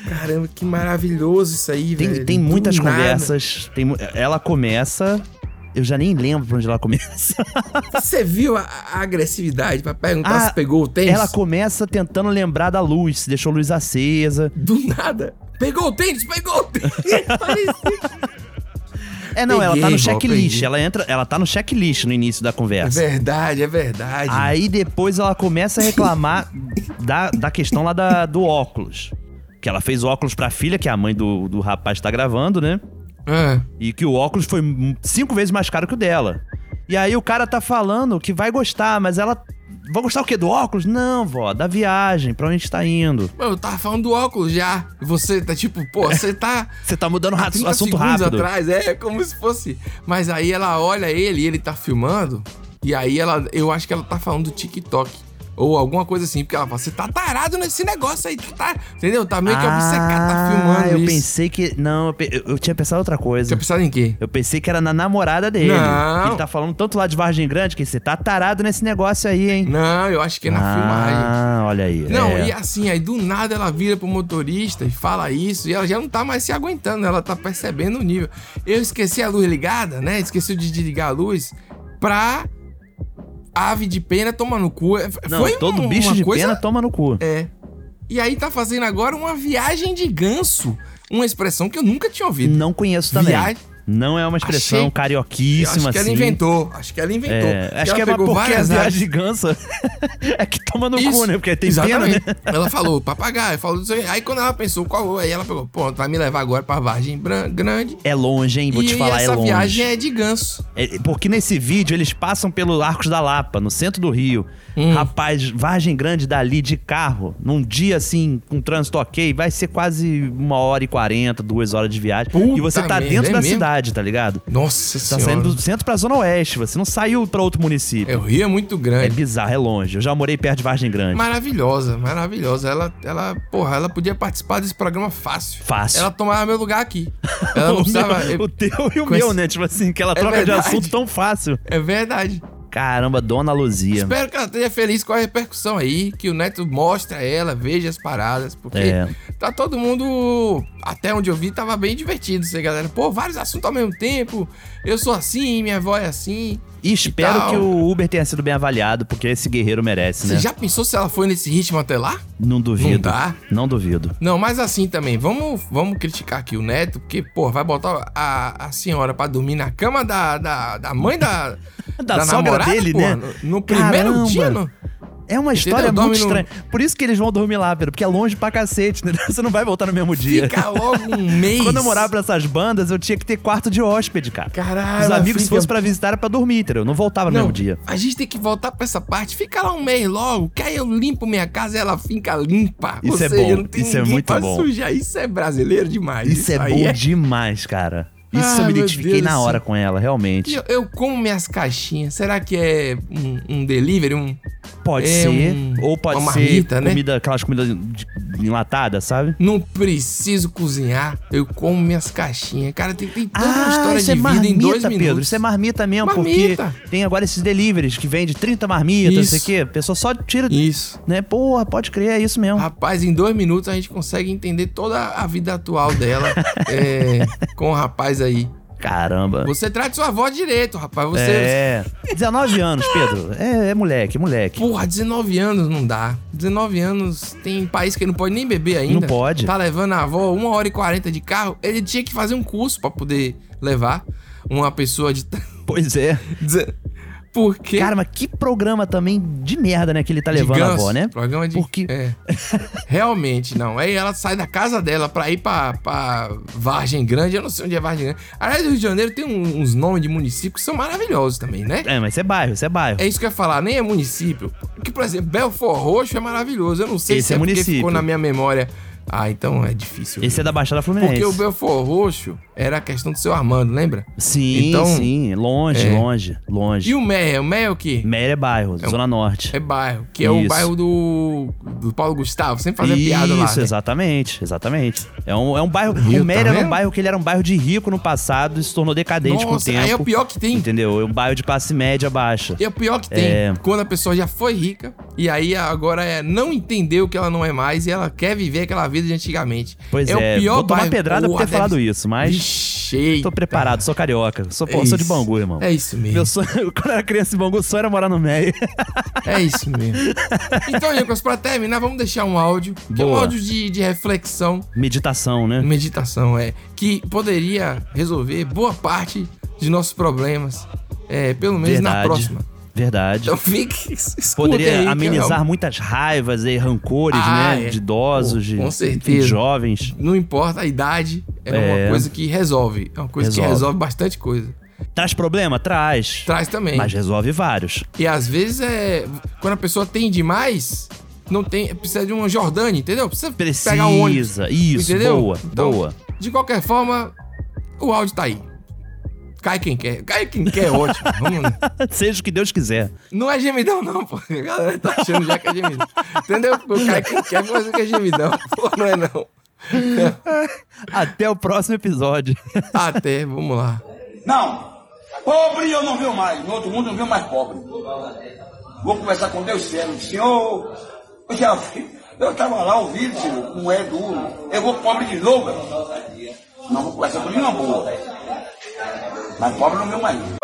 Speaker 2: Caramba, que maravilhoso isso aí,
Speaker 3: Tem,
Speaker 2: velho.
Speaker 3: tem
Speaker 2: Do
Speaker 3: muitas
Speaker 2: nada.
Speaker 3: conversas. Tem, mu- ela começa. Eu já nem lembro pra onde ela começa.
Speaker 2: Você viu a, a agressividade pra perguntar
Speaker 3: Ah,
Speaker 2: se pegou o tênis?
Speaker 3: Ela começa tentando lembrar da luz, se deixou a luz acesa.
Speaker 2: Do nada. Pegou o tênis, pegou o tênis.
Speaker 3: É, não, ela tá
Speaker 2: Peguei, vó,
Speaker 3: no checklist.
Speaker 2: peguei.
Speaker 3: Ela entra, ela tá no checklist no início da
Speaker 2: É
Speaker 3: conversa.
Speaker 2: verdade, é verdade.
Speaker 3: Aí depois ela começa a reclamar da, da questão lá da- do óculos. Que ela fez óculos pra filha, que é a mãe do, do rapaz que tá gravando, né?
Speaker 2: Ah.
Speaker 3: E que o óculos foi m- cinco vezes mais caro que o dela. E aí o cara tá falando que vai gostar, mas ela Vão gostar o quê? Do óculos? Não, vó, da viagem, pra onde a gente tá indo.
Speaker 2: Mano, eu tava falando do óculos já. E você tá tipo, pô, você tá.
Speaker 3: Você tá mudando ra-
Speaker 2: 30
Speaker 3: assunto
Speaker 2: segundos
Speaker 3: rápido.
Speaker 2: atrás, é como se fosse. Mas aí ela olha ele, ele tá filmando. E aí ela, eu acho que ela tá falando do TikTok. Ou alguma coisa assim, porque ela fala, você tá tarado nesse negócio aí, tu tá. Entendeu? Tá meio que obcecado, tá filmando.
Speaker 3: Ah, eu
Speaker 2: isso.
Speaker 3: pensei que. Não, eu, pe- eu- eu tinha pensado outra coisa. Tinha
Speaker 2: pensado em quê?
Speaker 3: Eu pensei que era na namorada dele.
Speaker 2: Não.
Speaker 3: Que Ele tá falando tanto lá de Vargem Grande que você tá tarado nesse negócio aí, hein?
Speaker 2: Não, eu acho que é na
Speaker 3: ah,
Speaker 2: filmagem.
Speaker 3: Ah, olha aí.
Speaker 2: Não,
Speaker 3: é.
Speaker 2: e assim, aí do nada ela vira pro motorista e fala isso, e ela já não tá mais se aguentando, ela tá percebendo o nível. Eu esqueci a luz ligada, né? Esqueci de desligar a luz pra ave de pena tomar no cu. É,
Speaker 3: Não, todo bicho de pena toma no cu.
Speaker 2: É. E aí tá fazendo agora uma viagem de ganso. Uma expressão que eu nunca tinha ouvido.
Speaker 3: Não conheço também.
Speaker 2: Viagem.
Speaker 3: Não é uma expressão
Speaker 2: Achei- Eu
Speaker 3: carioquíssima
Speaker 2: acho que ela
Speaker 3: assim.
Speaker 2: inventou. Acho que ela inventou.
Speaker 3: É, acho que é
Speaker 2: pegou
Speaker 3: porque a
Speaker 2: várias
Speaker 3: viagem
Speaker 2: aves.
Speaker 3: de ganso é que toma no cu, né? Porque tem
Speaker 2: Exatamente.
Speaker 3: pena, né?
Speaker 2: Ela falou papagaio, falou disso aí. Aí quando ela pensou qual, aí ela falou, pô, vai me levar agora pra Vargem Bran- Grande.
Speaker 3: É longe, hein? Vou
Speaker 2: e
Speaker 3: te falar, é
Speaker 2: essa
Speaker 3: longe.
Speaker 2: viagem é de ganso.
Speaker 3: É, porque nesse vídeo eles passam pelo Arcos da Lapa, no centro do Rio.
Speaker 2: Hum.
Speaker 3: Rapaz, Vargem Grande dali de carro, num dia assim, com trânsito ok, vai ser quase uma hora e quarenta, duas horas de viagem. e você tá
Speaker 2: merda,
Speaker 3: dentro
Speaker 2: é
Speaker 3: da
Speaker 2: mesmo?
Speaker 3: cidade, tá ligado?
Speaker 2: Nossa
Speaker 3: Tá
Speaker 2: senhora.
Speaker 3: saindo do centro pra zona oeste, você não saiu pra outro município.
Speaker 2: É, o Rio é muito grande.
Speaker 3: É bizarro, é longe. Eu já morei perto de Vargem É Grande.
Speaker 2: Maravilhosa, maravilhosa. Ela, ela, porra, ela podia participar desse programa fácil.
Speaker 3: Fácil.
Speaker 2: Ela tomava meu lugar aqui. Ela não
Speaker 3: o, meu-
Speaker 2: precisava...
Speaker 3: Então,
Speaker 2: É,
Speaker 3: o teu e o
Speaker 2: com
Speaker 3: meu,
Speaker 2: esse-
Speaker 3: né? Tipo assim, que ela
Speaker 2: É
Speaker 3: troca de
Speaker 2: verdade.
Speaker 3: assunto tão fácil.
Speaker 2: É verdade.
Speaker 3: Caramba, Dona Luzia.
Speaker 2: Espero que ela esteja feliz com a repercussão aí, que o Neto mostra a ela, veja as paradas, porque
Speaker 3: É.
Speaker 2: tá todo mundo, até onde eu vi, tava bem divertido, você galera. Pô, vários assuntos ao mesmo tempo, eu sou assim, minha avó é assim.
Speaker 3: E espero
Speaker 2: tal.
Speaker 3: que o Uber tenha sido bem avaliado, porque esse guerreiro merece,
Speaker 2: Você
Speaker 3: né?
Speaker 2: já pensou se ela foi nesse ritmo até lá?
Speaker 3: Não duvido.
Speaker 2: Não dá.
Speaker 3: Não duvido.
Speaker 2: Não, mas assim também, vamos, vamos criticar aqui o Neto, porque, pô, vai botar a, a senhora pra dormir na cama da, da, da mãe da,
Speaker 3: Da sogra dele,
Speaker 2: pô,
Speaker 3: né?
Speaker 2: No, no primeiro
Speaker 3: Caramba.
Speaker 2: dia, não.
Speaker 3: É uma história
Speaker 2: Dorme
Speaker 3: muito
Speaker 2: no-
Speaker 3: estranha. Por isso que eles vão dormir lá, Pedro, porque é longe pra cacete, né? Você não vai voltar no mesmo dia.
Speaker 2: Fica logo um mês.
Speaker 3: Quando eu morava pra essas bandas, eu tinha que ter quarto de hóspede, cara.
Speaker 2: Caralho,
Speaker 3: Os amigos, se
Speaker 2: fica-
Speaker 3: fossem pra visitar, era pra dormir, entendeu? Eu não voltava no
Speaker 2: Não,
Speaker 3: mesmo dia.
Speaker 2: A gente tem que voltar pra essa parte. Fica lá um mês logo, que aí eu limpo minha casa e ela fica limpa.
Speaker 3: Isso
Speaker 2: Ou
Speaker 3: é
Speaker 2: seja,
Speaker 3: bom,
Speaker 2: não tem
Speaker 3: isso é
Speaker 2: ninguém
Speaker 3: muito
Speaker 2: pra
Speaker 3: bom.
Speaker 2: Sujar. Isso é brasileiro demais.
Speaker 3: Isso, é
Speaker 2: aí
Speaker 3: bom demais, cara. Isso
Speaker 2: Ah,
Speaker 3: eu me
Speaker 2: meu
Speaker 3: identifiquei
Speaker 2: Deus
Speaker 3: na
Speaker 2: do
Speaker 3: hora
Speaker 2: céu.
Speaker 3: com ela, realmente.
Speaker 2: E Eu, eu como minhas caixinhas. Será que é um, um delivery? Um,
Speaker 3: Pode
Speaker 2: é
Speaker 3: ser,
Speaker 2: um-
Speaker 3: ou pode
Speaker 2: uma
Speaker 3: ser
Speaker 2: marmita, né?
Speaker 3: comida, aquelas comidas de- enlatadas, sabe?
Speaker 2: Não preciso cozinhar. Eu como minhas caixinhas. Cara, tem, tem toda uma história de
Speaker 3: isso é
Speaker 2: vida
Speaker 3: marmita,
Speaker 2: em dois
Speaker 3: Pedro.
Speaker 2: minutos.
Speaker 3: Isso é marmita mesmo,
Speaker 2: Marmita.
Speaker 3: porque tem agora esses deliveries que vende 30 marmitas, não sei o
Speaker 2: Isso.
Speaker 3: quê. A pessoa só tira.
Speaker 2: Isso.
Speaker 3: Né? Porra, pode crer, é isso mesmo.
Speaker 2: Rapaz, em dois minutos a gente consegue entender toda a vida atual dela é, com o rapaz aí.
Speaker 3: Caramba.
Speaker 2: Você trata sua avó direito, rapaz. Você.
Speaker 3: É. 19 anos, Pedro. É, é moleque, é moleque.
Speaker 2: Porra, 19 anos não dá. 19 anos tem país que não pode nem beber ainda.
Speaker 3: Não pode.
Speaker 2: Tá levando a avó 1 hora e 40 de carro. Ele tinha que fazer um curso pra poder levar uma pessoa de.
Speaker 3: Pois é.
Speaker 2: Por quê?
Speaker 3: Cara, mas que programa também de merda, né? Que ele tá
Speaker 2: de
Speaker 3: levando a
Speaker 2: ganso,
Speaker 3: avó, né?
Speaker 2: Programa de. Porque... É. Realmente, não. Aí ela sai da casa dela pra ir pra, pra Vargem Grande. Eu não sei onde é Vargem Grande. Aliás, o Rio de Janeiro tem um- uns nomes de município que são maravilhosos também, né?
Speaker 3: É, mas isso é bairro, isso é bairro.
Speaker 2: É isso que eu ia falar, nem é município. Porque, por exemplo, Belfort Roxo é maravilhoso. Eu não sei
Speaker 3: Esse
Speaker 2: se
Speaker 3: é
Speaker 2: é, porque
Speaker 3: município.
Speaker 2: ficou na minha memória. Ah, então é difícil.
Speaker 3: Esse é da Baixada Fluminense.
Speaker 2: Porque o Belfort Roxo era a questão do seu Armando, lembra?
Speaker 3: Sim,
Speaker 2: Então-
Speaker 3: sim. Longe,
Speaker 2: É.
Speaker 3: longe, longe.
Speaker 2: E o Meia? O Meia é o quê?
Speaker 3: Meyer é bairro, Zona Norte.
Speaker 2: É bairro, que é o
Speaker 3: Isso.
Speaker 2: bairro do, do Paulo Gustavo. Sempre fazia piada lá.
Speaker 3: Isso,
Speaker 2: né?
Speaker 3: exatamente, exatamente. É um, é um bairro.
Speaker 2: Rio,
Speaker 3: o Mery
Speaker 2: tá
Speaker 3: era um
Speaker 2: vendo?
Speaker 3: bairro que ele era um bairro de rico no passado e se tornou decadente com o
Speaker 2: Nossa,
Speaker 3: tempo.
Speaker 2: aí é o pior que tem.
Speaker 3: Entendeu? É um bairro de classe média baixa.
Speaker 2: E é o pior que tem,
Speaker 3: É.
Speaker 2: quando a pessoa já foi rica e aí agora é não entendeu que ela não é mais e ela quer viver aquela vida de antigamente.
Speaker 3: Pois é,
Speaker 2: o pior
Speaker 3: vou tomar
Speaker 2: bairro.
Speaker 3: pedrada por
Speaker 2: Porra,
Speaker 3: ter
Speaker 2: deve-
Speaker 3: falado isso, mas.
Speaker 2: Vixe,
Speaker 3: Tô preparado, sou carioca. Sou, pô,
Speaker 2: É
Speaker 3: sou de
Speaker 2: isso.
Speaker 3: Bangu, irmão.
Speaker 2: É isso mesmo.
Speaker 3: Meu sonho, quando eu era criança em Bangu, o sonho era morar no Meyer.
Speaker 2: É isso mesmo. Então, Nicolas, pra terminar, vamos deixar um áudio. Que é um
Speaker 3: Boa.
Speaker 2: áudio de, de reflexão,
Speaker 3: Meditação, né?
Speaker 2: meditação, é. Que poderia resolver boa parte de nossos problemas. É, pelo menos na
Speaker 3: Verdade.
Speaker 2: próxima.
Speaker 3: Verdade.
Speaker 2: Então fique. escutem
Speaker 3: Poderia
Speaker 2: aí, que é
Speaker 3: amenizar
Speaker 2: um-
Speaker 3: muitas raivas e rancores,
Speaker 2: Ah,
Speaker 3: né?
Speaker 2: é.
Speaker 3: De idosos, de,
Speaker 2: Com
Speaker 3: enfim, de
Speaker 2: certeza.
Speaker 3: jovens.
Speaker 2: Não importa a idade, é,
Speaker 3: É.
Speaker 2: uma coisa que resolve. É uma coisa
Speaker 3: Resolve.
Speaker 2: que resolve bastante coisa.
Speaker 3: Traz problema? Traz.
Speaker 2: Traz também.
Speaker 3: Mas resolve vários.
Speaker 2: E às vezes é. Quando a pessoa tem demais, não tem. Precisa de uma Jordânia, entendeu? Precisa,
Speaker 3: Precisa.
Speaker 2: pegar um ônibus.
Speaker 3: Isso,
Speaker 2: entendeu?
Speaker 3: boa,
Speaker 2: Então,
Speaker 3: boa.
Speaker 2: De qualquer forma, o áudio tá aí. Cai quem quer. Cai quem quer é ótimo. Vamos lá.
Speaker 3: Seja o que Deus quiser.
Speaker 2: Não é gemidão, não, pô. A galera tá achando já que é gemidão. Entendeu? O cara que quer fazer que é gemidão. Pô, não é não.
Speaker 3: Até o próximo episódio.
Speaker 2: Tá, Até, vamos lá.
Speaker 11: Não! Pobre eu não viu mais. No outro mundo eu não viu mais pobre. Vou conversar com Deus sério. Senhor, eu já vi. Eu estava lá ouvindo, senhor, como é duro. Eu vou pobre de novo. Não vou conversar com nenhuma boa. Mas pobre não viu mais.